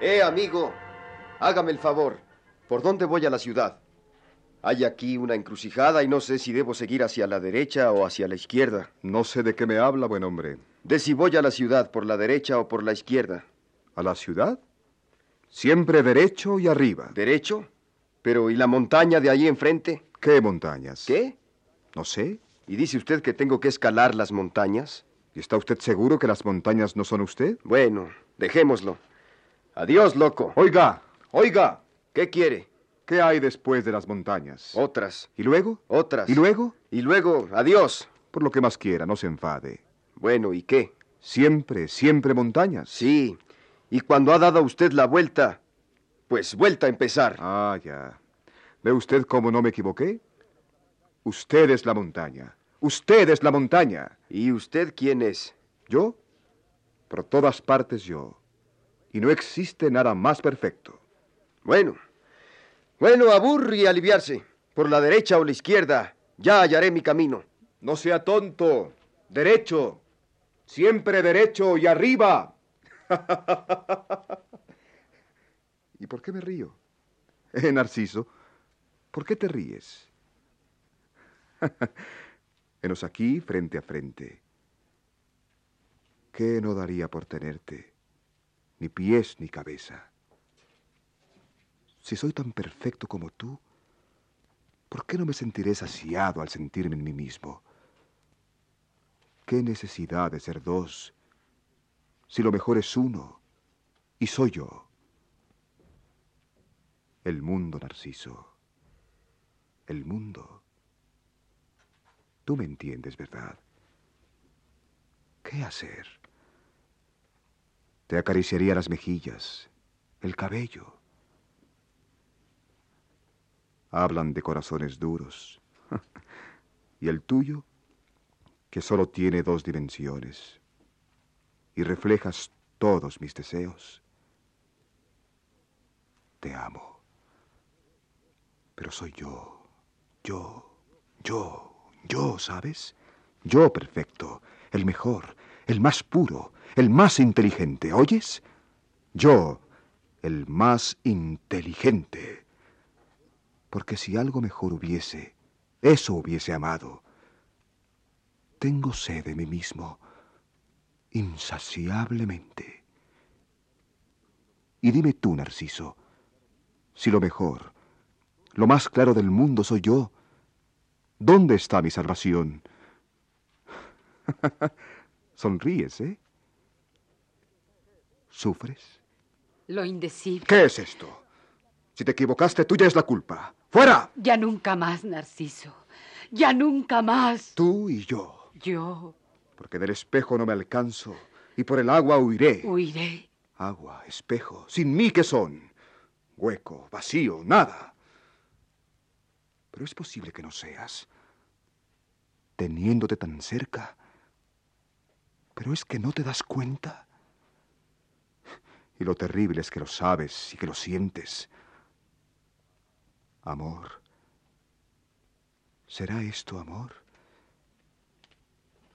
S15: Eh, amigo, hágame el favor. ¿Por dónde voy a la ciudad? Hay aquí una encrucijada y no sé si debo seguir hacia la derecha o hacia la izquierda.
S8: No sé de qué me habla, buen hombre.
S15: De si voy a la ciudad por la derecha o por la izquierda.
S8: ¿A la ciudad? Siempre derecho y arriba.
S15: ¿Derecho? Pero ¿y la montaña de ahí enfrente?
S8: ¿Qué montañas?
S15: ¿Qué?
S8: No sé.
S15: ¿Y dice usted que tengo que escalar las montañas?
S8: ¿Y está usted seguro que las montañas no son usted?
S15: Bueno, dejémoslo. Adiós, loco.
S8: Oiga.
S15: Oiga. ¿Qué quiere? Oh,
S8: ¿Qué hay después de las montañas?
S15: Otras.
S8: ¿Y luego?
S15: Otras.
S8: ¿Y luego?
S15: Y luego, adiós.
S8: Por lo que más quiera, no se enfade.
S15: Bueno, ¿y qué?
S8: Siempre, siempre montañas.
S15: Sí. Y cuando ha dado usted la vuelta, pues vuelta a empezar.
S8: Ah, ya. ¿Ve usted cómo no me equivoqué? Usted es la montaña. Usted es la montaña.
S15: ¿Y usted quién es?
S8: ¿Yo? Por todas partes yo y no existe nada más perfecto.
S15: Bueno, bueno, aburri aliviarse. Por la derecha o la izquierda, ya hallaré mi camino.
S8: No sea tonto. Derecho. Siempre derecho y arriba. [LAUGHS] ¿Y por qué me río? Eh, [LAUGHS] Narciso, ¿por qué te ríes? [LAUGHS] Venos aquí frente a frente. ¿Qué no daría por tenerte? ni pies ni cabeza. Si soy tan perfecto como tú, ¿por qué no me sentiré saciado al sentirme en mí mismo? ¿Qué necesidad de ser dos si lo mejor es uno y soy yo? El mundo, Narciso. El mundo. Tú me entiendes, ¿verdad? ¿Qué hacer? Te acariciaría las mejillas, el cabello. Hablan de corazones duros. [LAUGHS] y el tuyo, que solo tiene dos dimensiones. Y reflejas todos mis deseos. Te amo. Pero soy yo, yo, yo, yo, ¿sabes? Yo perfecto, el mejor, el más puro, el más inteligente, ¿oyes? Yo, el más inteligente. Porque si algo mejor hubiese, eso hubiese amado. Tengo sed de mí mismo, insaciablemente. Y dime tú, Narciso, si lo mejor, lo más claro del mundo soy yo, ¿dónde está mi salvación? [LAUGHS] Sonríes, ¿eh? ¿Sufres?
S7: Lo indecible.
S8: ¿Qué es esto? Si te equivocaste, tuya es la culpa. ¡Fuera!
S7: Ya nunca más, Narciso. Ya nunca más.
S8: Tú y yo.
S7: Yo.
S8: Porque del espejo no me alcanzo y por el agua huiré.
S7: Huiré.
S8: Agua, espejo, sin mí qué son. Hueco, vacío, nada. Pero es posible que no seas. Teniéndote tan cerca. Pero es que no te das cuenta. Y lo terrible es que lo sabes y que lo sientes. Amor. ¿Será esto amor?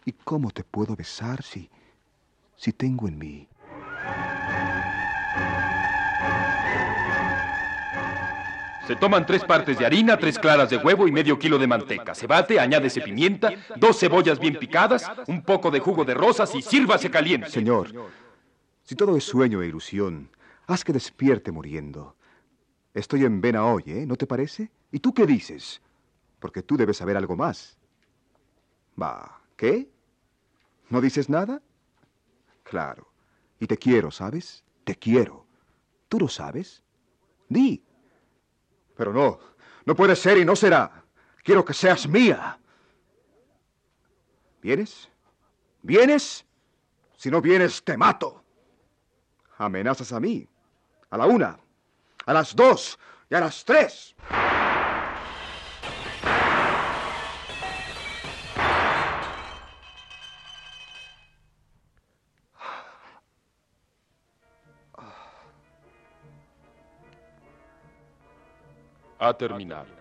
S8: ¿Y cómo te puedo besar si si tengo en mí?
S1: Se toman tres partes de harina, tres claras de huevo y medio kilo de manteca. Se bate, añádese pimienta, dos cebollas bien picadas, un poco de jugo de rosas y sírvase caliente.
S8: Señor, si todo es sueño e ilusión, haz que despierte muriendo. Estoy en vena hoy, ¿eh? ¿No te parece? ¿Y tú qué dices? Porque tú debes saber algo más. Va, ¿qué? ¿No dices nada? Claro. Y te quiero, ¿sabes? Te quiero. ¿Tú lo sabes? Di. Pero no, no puede ser y no será. Quiero que seas mía. ¿Vienes? ¿Vienes? Si no vienes, te mato. Amenazas a mí. A la una, a las dos y a las tres.
S1: Ha terminado.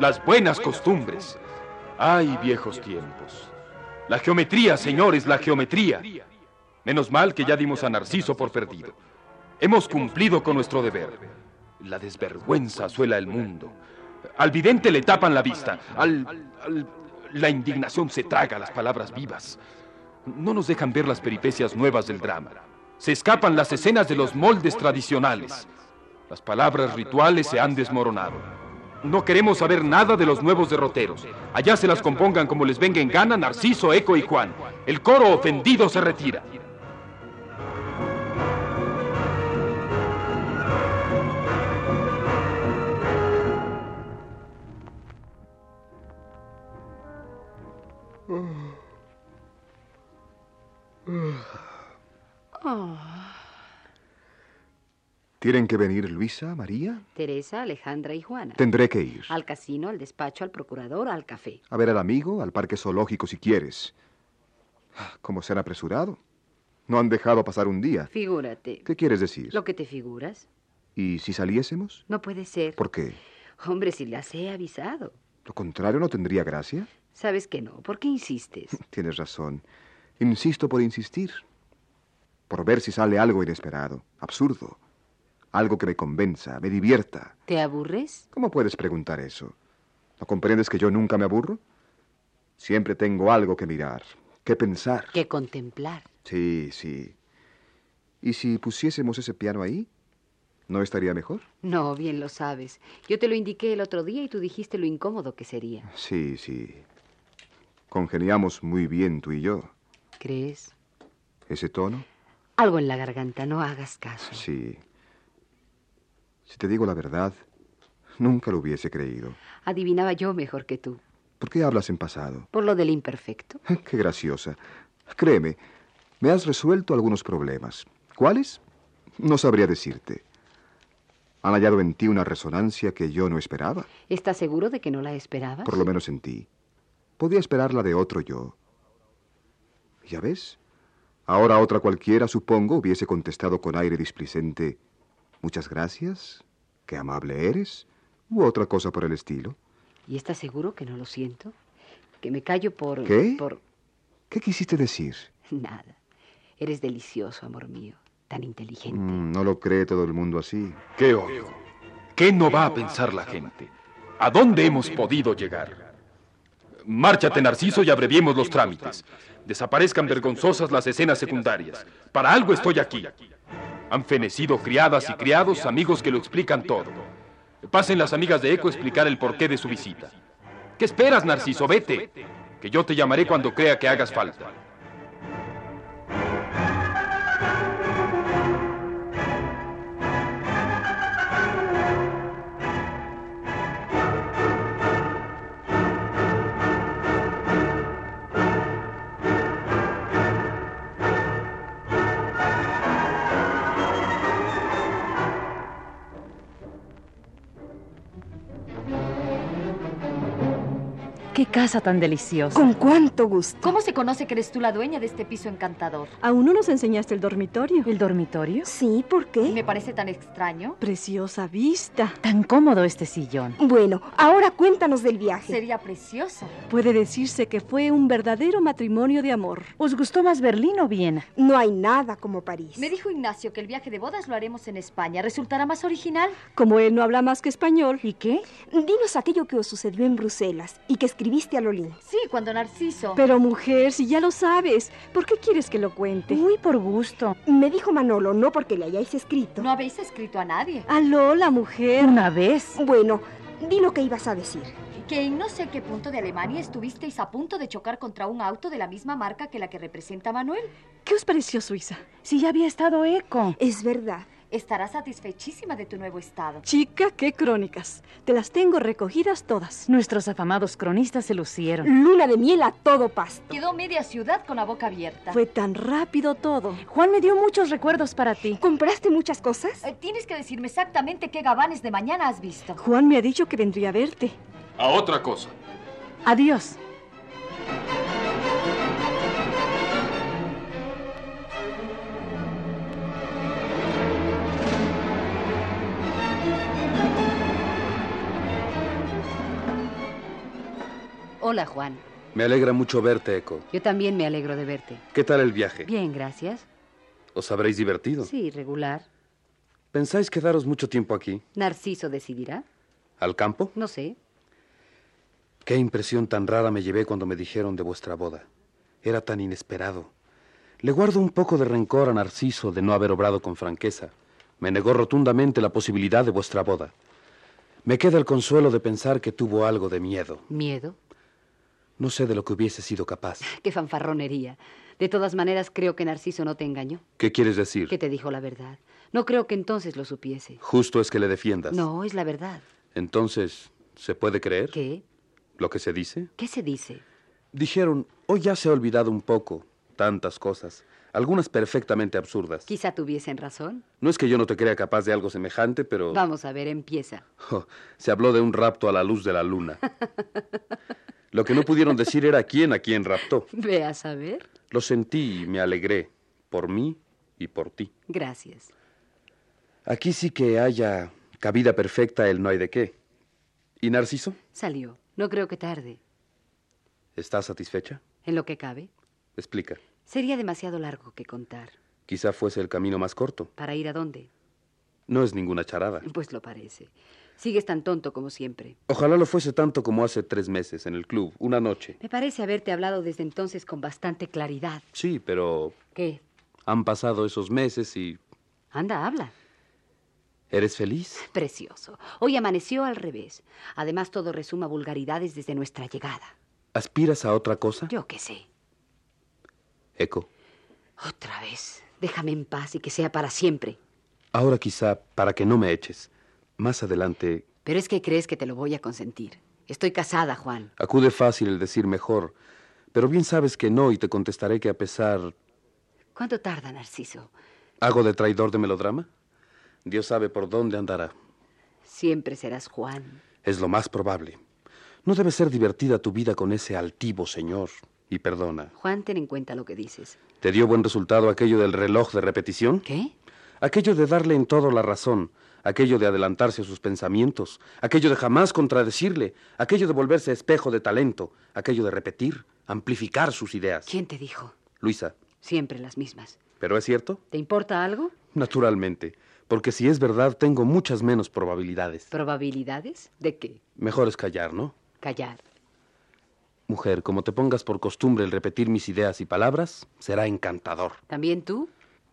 S1: Las buenas costumbres. Ay, viejos tiempos. La geometría, señores, la geometría. Menos mal que ya dimos a Narciso por perdido. Hemos cumplido con nuestro deber. La desvergüenza suela el mundo. Al vidente le tapan la vista. Al, al- la indignación se traga las palabras vivas. No nos dejan ver las peripecias nuevas del drama. Se escapan las escenas de los moldes tradicionales. Las palabras rituales se han desmoronado. No queremos saber nada de los nuevos derroteros. Allá se las compongan como les venga en gana Narciso, Eco y Juan. El coro ofendido se retira.
S8: ¿Tienen que venir Luisa, María?
S7: Teresa, Alejandra y Juana.
S8: Tendré que ir.
S7: Al casino, al despacho, al procurador, al café.
S8: A ver al amigo, al parque zoológico si quieres. Ah, ¿Cómo se han apresurado? No han dejado pasar un día.
S7: Figúrate.
S8: ¿Qué quieres decir?
S7: Lo que te figuras.
S8: ¿Y si saliésemos?
S7: No puede ser.
S8: ¿Por qué?
S7: Hombre, si las he avisado.
S8: ¿Lo contrario no tendría gracia?
S7: Sabes que no. ¿Por qué insistes?
S8: Tienes razón. Insisto por insistir. Por ver si sale algo inesperado, absurdo. Algo que me convenza, me divierta.
S7: ¿Te aburres?
S8: ¿Cómo puedes preguntar eso? ¿No comprendes que yo nunca me aburro? Siempre tengo algo que mirar, que pensar.
S7: Que contemplar.
S8: Sí, sí. ¿Y si pusiésemos ese piano ahí? ¿No estaría mejor?
S7: No, bien lo sabes. Yo te lo indiqué el otro día y tú dijiste lo incómodo que sería.
S8: Sí, sí. Congeniamos muy bien tú y yo.
S7: ¿Crees?
S8: ¿Ese tono?
S7: Algo en la garganta, no hagas caso.
S8: Sí. Si te digo la verdad, nunca lo hubiese creído.
S7: Adivinaba yo mejor que tú,
S8: ¿Por qué hablas en pasado? [LAUGHS]
S7: por lo del imperfecto.
S8: Qué graciosa. Créeme, me has resuelto algunos problemas. ¿Cuáles? No sabría decirte. Han hallado en ti una resonancia que yo no esperaba,
S7: ¿Estás seguro de que no la esperabas?
S8: por lo menos en ti. Podía esperarla de otro yo. ¿Ya ves? Ahora otra cualquiera, supongo, hubiese contestado con aire displicente, muchas gracias, qué amable eres, u otra cosa por el estilo.
S7: ¿Y estás seguro que no lo siento? Que me callo por...
S8: ¿Qué?
S7: Por
S8: ¿Qué quisiste decir?
S7: nada. Eres delicioso, amor mío. Tan inteligente.
S8: Mm, no lo cree todo el mundo así.
S1: Qué odio. ¿Qué no va a pensar la gente? ¿A dónde hemos podido llegar? Márchate, Narciso, y abreviemos los trámites. Desaparezcan vergonzosas las escenas secundarias. Para algo estoy aquí. Han fenecido criadas y criados, amigos que lo explican todo. Pasen las amigas de Eco a explicar el porqué de su visita. ¿Qué esperas, Narciso? Vete. Que yo te llamaré cuando crea que hagas falta.
S13: ¡Qué casa tan deliciosa!
S14: Con cuánto gusto.
S5: ¿Cómo se conoce que eres tú la dueña de este piso encantador?
S4: Aún no nos enseñaste el dormitorio.
S13: ¿El dormitorio?
S14: Sí, ¿por qué?
S5: Me parece tan extraño.
S4: Preciosa vista.
S13: Tan cómodo este sillón.
S14: Bueno, ahora cuéntanos del viaje.
S5: Sería preciosa.
S4: Puede decirse que fue un verdadero matrimonio de amor.
S13: ¿Os gustó más Berlín o Viena?
S14: No hay nada como París.
S5: Me dijo Ignacio que el viaje de bodas lo haremos en España. ¿Resultará más original?
S4: Como él no habla más que español.
S13: ¿Y qué?
S14: Dinos aquello que os sucedió en Bruselas y que escribí escribiste a Lolín.
S5: Sí, cuando Narciso.
S4: Pero mujer, si ya lo sabes, ¿por qué quieres que lo cuente?
S14: Mm.
S13: Muy por gusto.
S14: Me dijo Manolo, no porque le hayáis escrito.
S5: No habéis escrito a nadie.
S4: A Lola, mujer.
S13: Una vez.
S14: Bueno, di lo que ibas a decir.
S5: Que en no sé qué punto de Alemania estuvisteis a punto de chocar contra un auto de la misma marca que la que representa Manuel.
S4: ¿Qué os pareció Suiza?
S13: Si ya había estado eco.
S14: Es verdad.
S5: Estarás satisfechísima de tu nuevo estado.
S4: Chica, qué crónicas. Te las tengo recogidas todas.
S13: Nuestros afamados cronistas se lucieron.
S14: Luna de miel a todo pasto.
S5: Quedó media ciudad con la boca abierta.
S13: Pues-
S4: Fue tan rápido todo.
S13: Juan me dio muchos recuerdos para ti.
S14: ¿Compraste muchas cosas?
S5: Eh, tienes que decirme exactamente qué gabanes de mañana has visto.
S4: Juan me ha dicho que vendría a verte.
S1: A otra cosa.
S13: Adiós. Hola, Juan.
S12: Me alegra mucho verte, Eco.
S7: Yo también me alegro de verte.
S12: ¿Qué tal el viaje?
S7: Bien, gracias.
S12: ¿Os habréis divertido?
S7: Sí, regular.
S12: ¿Pensáis quedaros mucho tiempo aquí?
S7: ¿Narciso decidirá?
S12: ¿Al campo?
S7: No sé.
S12: Qué impresión tan rara me llevé cuando me dijeron de vuestra boda. Era tan inesperado. Le guardo un poco de rencor a Narciso de no haber obrado con franqueza. Me negó rotundamente la posibilidad de vuestra boda. Me queda el consuelo de pensar que tuvo algo de miedo.
S7: ¿Miedo?
S12: No sé de lo que hubiese sido capaz.
S7: Qué fanfarronería. De todas maneras, creo que Narciso no te engañó.
S12: ¿Qué quieres decir?
S7: Que te dijo la verdad. No creo que entonces lo supiese.
S12: Justo es que le defiendas.
S7: No, es la verdad.
S12: Entonces, ¿se puede creer?
S7: ¿Qué?
S12: ¿Lo que se dice?
S7: ¿Qué se dice?
S12: Dijeron, hoy ya se ha olvidado un poco tantas cosas, algunas perfectamente absurdas.
S7: Quizá tuviesen razón.
S12: No es que yo no te crea capaz de algo semejante, pero...
S7: Vamos a ver, empieza. [LAUGHS]
S12: Oh, se habló de un rapto a la luz de la luna. Lo que no pudieron decir era quién a quién raptó.
S7: Ve a saber.
S12: Lo sentí y me alegré. Por mí y por ti.
S7: Gracias.
S12: Aquí sí que haya cabida perfecta el no hay de qué. ¿Y Narciso?
S7: Salió. No creo que tarde.
S12: ¿Estás satisfecha?
S7: En lo que cabe.
S12: Explica.
S7: Sería demasiado largo que contar.
S12: Quizá fuese el camino más corto.
S7: ¿Para ir a dónde?
S12: No es ninguna charada.
S7: Pues lo parece. Sigues tan tonto como siempre.
S12: Ojalá lo fuese tanto como hace tres meses en el club, una noche.
S7: Me parece haberte hablado desde entonces con bastante claridad.
S12: Sí, pero...
S7: ¿Qué?
S12: Han pasado esos meses y...
S7: Anda, habla.
S12: ¿Eres feliz?
S7: Precioso. Hoy amaneció al revés. Además, todo resuma vulgaridades desde nuestra llegada.
S12: ¿Aspiras a otra cosa?
S7: Yo qué sé.
S12: Eco.
S7: Otra vez. Déjame en paz y que sea para siempre.
S12: Ahora quizá para que no me eches. Más adelante.
S7: Pero es que crees que te lo voy a consentir. Estoy casada, Juan.
S12: Acude fácil el decir mejor, pero bien sabes que no y te contestaré que a pesar...
S7: ¿Cuánto tarda, Narciso?
S12: ¿Hago de traidor de melodrama? Dios sabe por dónde andará.
S7: Siempre serás Juan.
S12: Es lo más probable. No debe ser divertida tu vida con ese altivo señor. Y perdona.
S7: Juan, ten en cuenta lo que dices.
S12: ¿Te dio buen resultado aquello del reloj de repetición?
S7: ¿Qué?
S12: Aquello de darle en todo la razón aquello de adelantarse a sus pensamientos, aquello de jamás contradecirle, aquello de volverse espejo de talento, aquello de repetir, amplificar sus ideas.
S7: ¿Quién te dijo?
S12: Luisa.
S7: Siempre las mismas.
S12: ¿Pero es cierto?
S7: ¿Te importa algo?
S12: Naturalmente, porque si es verdad tengo muchas menos probabilidades.
S7: ¿Probabilidades? ¿De qué?
S12: Mejor es callar, ¿no?
S7: Callar.
S12: Mujer, como te pongas por costumbre el repetir mis ideas y palabras, será encantador.
S7: ¿También tú?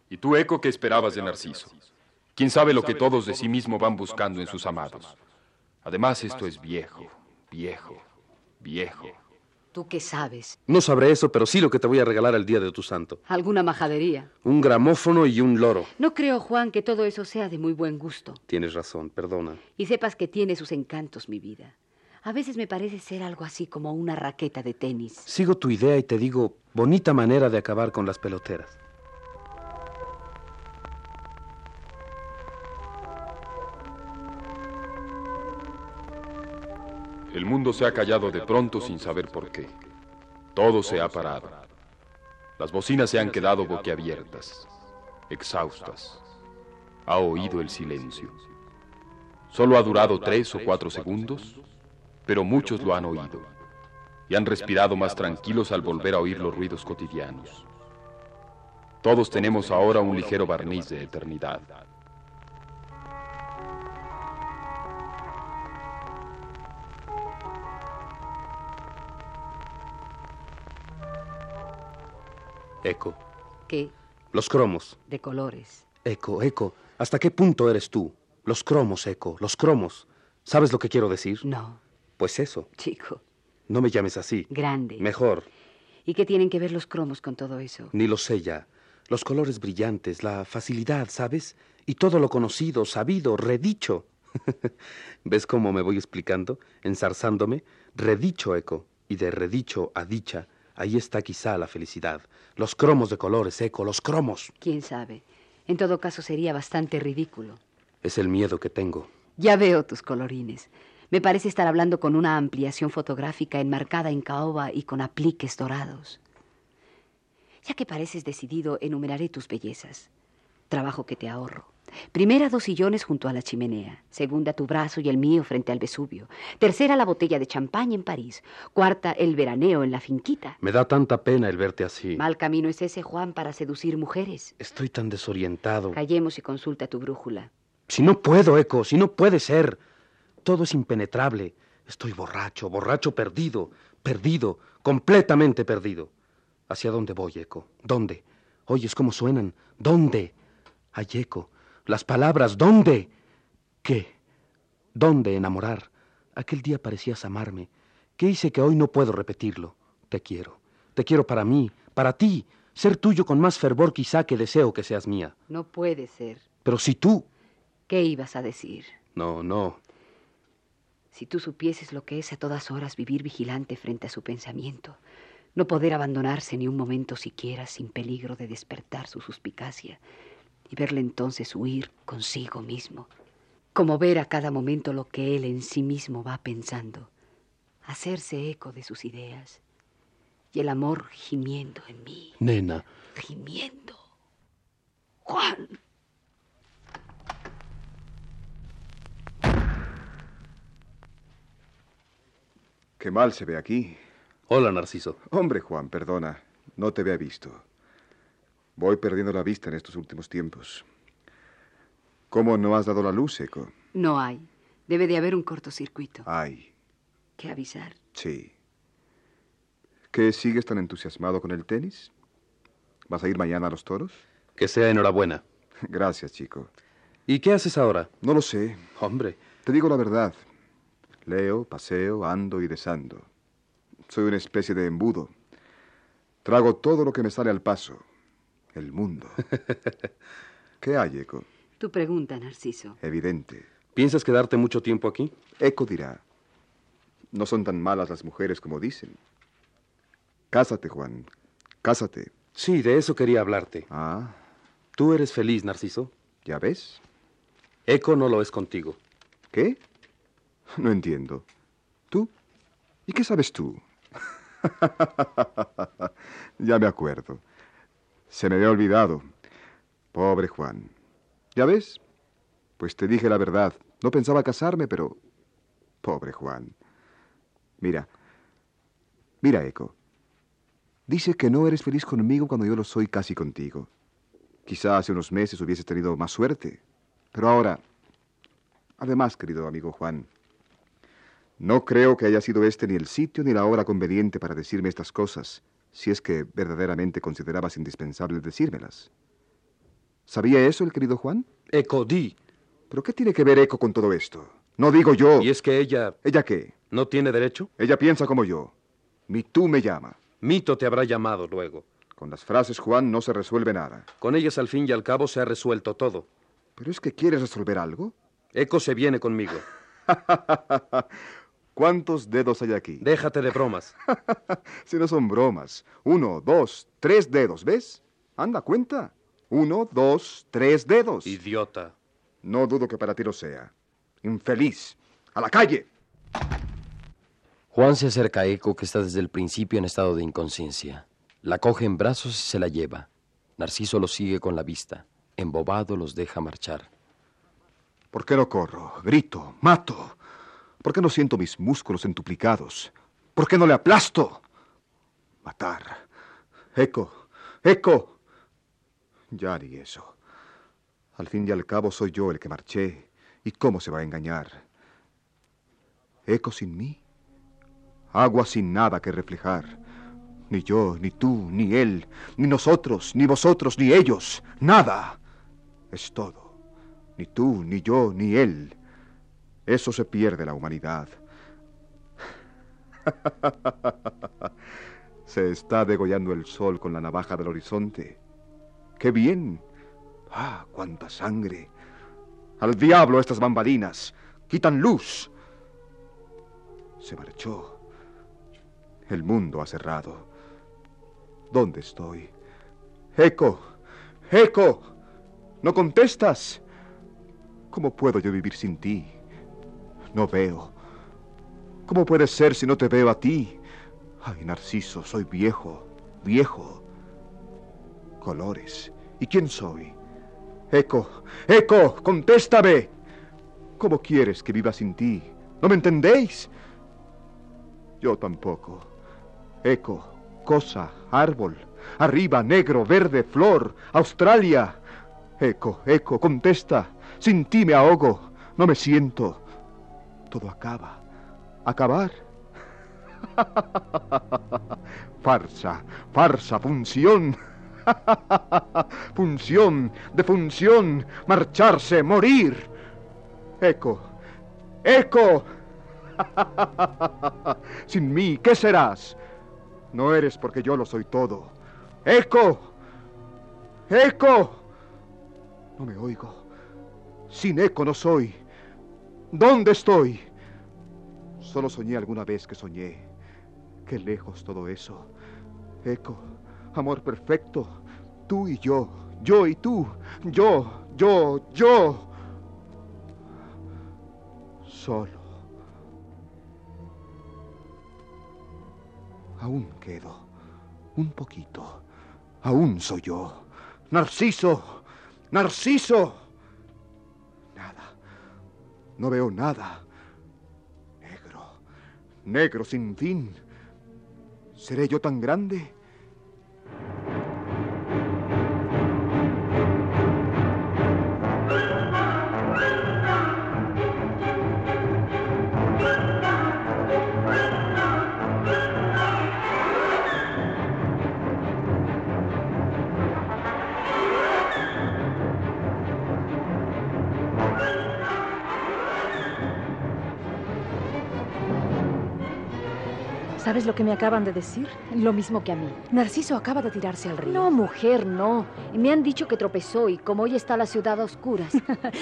S1: ¿Y tú, Eco, qué esperabas de Narciso? ¿Quién sabe lo que todos de sí mismo van buscando en sus amados? Además, esto es viejo, viejo, viejo.
S7: ¿Tú qué sabes?
S12: No sabré eso, pero sí lo que te voy a regalar el día de tu santo.
S7: ¿Alguna majadería?
S12: Un gramófono y un loro.
S7: No creo, Juan, que todo eso sea de muy buen gusto.
S12: Tienes razón, perdona.
S7: Y sepas que tiene sus encantos, mi vida. A veces me parece ser algo así como una raqueta de tenis.
S12: Sigo tu idea y te digo, bonita manera de acabar con las peloteras.
S1: El mundo se ha callado de pronto sin saber por qué. Todo se ha parado. Las bocinas se han quedado boquiabiertas, exhaustas. Ha oído el silencio. Solo ha durado tres o cuatro segundos, pero muchos lo han oído y han respirado más tranquilos al volver a oír los ruidos cotidianos. Todos tenemos ahora un ligero barniz de eternidad.
S12: Eco.
S7: ¿Qué?
S12: Los cromos.
S7: De colores.
S12: Eco, Eco, ¿hasta qué punto eres tú? Los cromos, Eco, los cromos. ¿Sabes lo que quiero decir?
S7: No.
S12: Pues eso.
S7: Chico.
S12: No me llames así.
S7: Grande.
S12: Mejor.
S7: ¿Y qué tienen que ver los cromos con todo eso?
S12: Ni lo sé ya. Los colores brillantes, la facilidad, ¿sabes? Y todo lo conocido, sabido, redicho. [LAUGHS] ¿Ves cómo me voy explicando, enzarzándome? Redicho, Eco. Y de redicho a dicha, ahí está quizá la felicidad. Los cromos de colores, Eco, los cromos.
S7: ¿Quién sabe? En todo caso sería bastante ridículo.
S12: Es el miedo que tengo.
S7: Ya veo tus colorines. Me parece estar hablando con una ampliación fotográfica enmarcada en caoba y con apliques dorados. Ya que pareces decidido, enumeraré tus bellezas. Trabajo que te ahorro. Primera, dos sillones junto a la chimenea. Segunda, tu brazo y el mío frente al Vesubio. Tercera, la botella de champaña en París. Cuarta, el veraneo en la finquita.
S12: Me da tanta pena el verte así.
S7: Mal camino es ese, Juan, para seducir mujeres.
S12: Estoy tan desorientado.
S7: Callemos y consulta tu brújula.
S12: Si no puedo, Eco, si no puede ser. Todo es impenetrable. Estoy borracho, borracho perdido, perdido, completamente perdido. ¿Hacia dónde voy, Eco? ¿Dónde? ¿Oyes cómo suenan? ¿Dónde? Hay eco. Las palabras, ¿dónde? ¿Qué? ¿Dónde enamorar? Aquel día parecías amarme. ¿Qué hice que hoy no puedo repetirlo? Te quiero. Te quiero para mí, para ti. Ser tuyo con más fervor quizá que deseo que seas mía.
S7: No puede ser.
S12: Pero si tú...
S7: ¿Qué ibas a decir?
S12: No, no.
S7: Si tú supieses lo que es a todas horas vivir vigilante frente a su pensamiento, no poder abandonarse ni un momento siquiera sin peligro de despertar su suspicacia y verle entonces huir consigo mismo, como ver a cada momento lo que él en sí mismo va pensando, hacerse eco de sus ideas y el amor gimiendo en mí.
S12: Nena.
S7: Gimiendo. Juan.
S8: Qué mal se ve aquí.
S12: Hola, Narciso.
S8: Hombre, Juan, perdona. No te había visto. Voy perdiendo la vista en estos últimos tiempos. ¿Cómo no has dado la luz, Eco?
S7: No hay. Debe de haber un cortocircuito.
S8: Hay.
S7: ¿Qué avisar?
S8: Sí. ¿Qué sigues tan entusiasmado con el tenis? ¿Vas a ir mañana a los toros? [LAUGHS]
S12: Que sea enhorabuena.
S8: Gracias, chico.
S12: ¿Y qué haces ahora?
S8: No lo sé.
S12: Hombre.
S8: Te digo la verdad. Leo, paseo, ando y desando. Soy una especie de embudo. Trago todo lo que me sale al paso. El mundo. ¿Qué hay, Eco?
S7: Tu pregunta, Narciso.
S8: Evidente.
S12: ¿Piensas quedarte mucho tiempo aquí?
S8: Eco dirá. No son tan malas las mujeres como dicen. Cásate, Juan. Cásate.
S12: Sí, de eso quería hablarte.
S8: Ah.
S12: Tú eres feliz, Narciso.
S8: ¿Ya ves?
S12: Eco no lo es contigo.
S8: ¿Qué? No entiendo. ¿Tú? ¿Y qué sabes tú? [LAUGHS] ya me acuerdo. Se me había olvidado. Pobre Juan. ¿Ya ves? Pues te dije la verdad. No pensaba casarme, pero... Pobre Juan. Mira. Mira, Eco. Dice que no eres feliz conmigo cuando yo lo soy casi contigo. Quizá hace unos meses hubieses tenido más suerte. Pero ahora... Además, querido amigo Juan, no creo que haya sido este ni el sitio ni la hora conveniente para decirme estas cosas, si es que verdaderamente considerabas indispensable decírmelas. ¿Sabía eso el querido Juan?
S12: Eco, di.
S8: ¿Pero qué tiene que ver Eco con todo esto? No digo yo.
S12: Y es que ella...
S8: ¿Ella qué?
S12: ¿No tiene derecho?
S8: Ella piensa como yo. Ni tú me llama.
S12: Mito te habrá llamado luego.
S8: Con las frases, Juan, no se resuelve nada.
S12: Con ellas al fin y al cabo se ha resuelto todo.
S8: ¿Pero es que quieres resolver algo?
S12: Eco se viene conmigo.
S8: [LAUGHS] ¿Cuántos dedos hay aquí?
S12: Déjate de bromas.
S8: si no son bromas. Uno, dos, tres dedos, ¿ves? Anda, cuenta. Uno, dos, tres dedos.
S12: Idiota.
S8: No dudo que para ti lo sea. Infeliz. A la calle.
S3: Juan se acerca a Eco, que está desde el principio en estado de inconsciencia. La coge en brazos y se la lleva. Narciso lo sigue con la vista. Embobado los deja marchar.
S8: ¿Por qué no corro? Grito, mato. ¿Por qué no siento mis músculos entuplicados? ¿Por qué no le aplasto? Matar. Eco, eco. Ya ni eso. Al fin y al cabo soy yo el que marché. ¿Y cómo se va a engañar? Eco sin mí. Agua sin nada que reflejar. Ni yo, ni tú, ni él, ni nosotros, ni vosotros, ni ellos. Nada. Es todo. Ni tú, ni yo, ni él. Eso se pierde la humanidad. [LAUGHS] se está degollando el sol con la navaja del horizonte. ¡Qué bien! ¡Ah, cuánta sangre! ¡Al diablo estas bambalinas! ¡Quitan luz! Se marchó. El mundo ha cerrado. ¿Dónde estoy? ¡Eco! ¡Eco! ¡No contestas! ¿Cómo puedo yo vivir sin ti? No veo. ¿Cómo puede ser si no te veo a ti? Ay, Narciso, soy viejo, viejo. Colores. ¿Y quién soy? Eco, Eco, contéstame. ¿Cómo quieres que viva sin ti? ¿No me entendéis? Yo tampoco. Eco, cosa, árbol. Arriba, negro, verde, flor, Australia. Eco, Eco, contesta. Sin ti me ahogo. No me siento. Todo acaba. Acabar. [LAUGHS] farsa, farsa, función. [LAUGHS] función, defunción, marcharse, morir. Eco, eco. [LAUGHS] Sin mí, ¿qué serás? No eres porque yo lo soy todo. Eco, eco. No me oigo. Sin eco no soy. ¿Dónde estoy? Solo soñé alguna vez que soñé. Qué lejos todo eso. Eco, amor perfecto. Tú y yo, yo y tú, yo, yo, yo. Solo. Aún quedo. Un poquito. Aún soy yo. Narciso. Narciso. Nada. No veo nada. Negro. Negro sin fin. ¿Seré yo tan grande?
S13: ¿Sabes lo que me acaban de decir?
S5: Lo mismo que a mí.
S13: Narciso acaba de tirarse al río.
S5: No, mujer, no. Me han dicho que tropezó y como hoy está la ciudad
S13: [LAUGHS]
S5: a oscuras.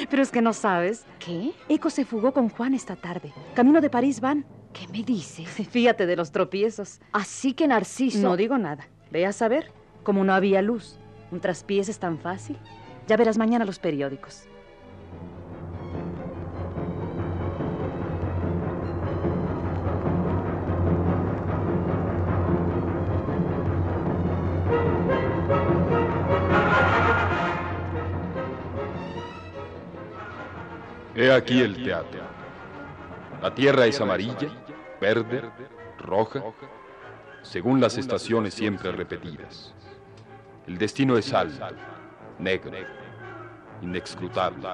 S13: Pero es que no sabes.
S5: ¿Qué?
S13: Eco se fugó con Juan esta tarde. Camino de París van.
S5: ¿Qué me dices?
S13: [LAUGHS] Fíjate de los tropiezos.
S5: Así que Narciso...
S13: No digo nada. Ve a saber. Como no había luz, un traspiés es tan fácil. Ya verás mañana los periódicos.
S1: He aquí el teatro. La tierra es amarilla, verde, roja, según las estaciones siempre repetidas. El destino es alto, negro, inexcrutable.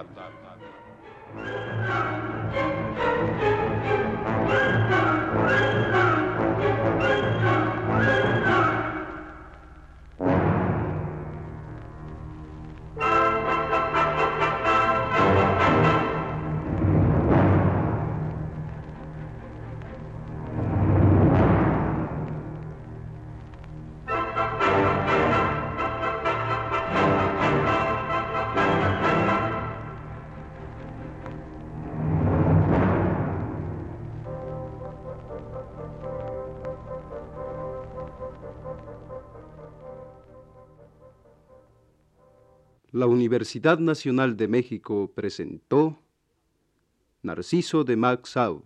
S2: La Universidad Nacional de México presentó Narciso de Max Sau,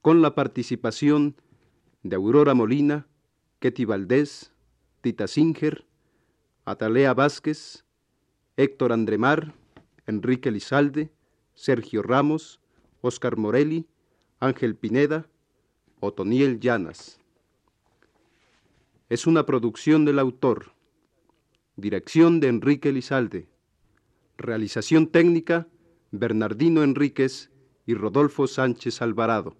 S2: con la participación de Aurora Molina, Ketty Valdés, Tita Singer, Atalea Vázquez, Héctor Andremar, Enrique Lizalde, Sergio Ramos, Óscar Morelli, Ángel Pineda, Otoniel Llanas. Es una producción del autor. Dirección de Enrique Elizalde. Realización técnica Bernardino Enríquez y Rodolfo Sánchez Alvarado.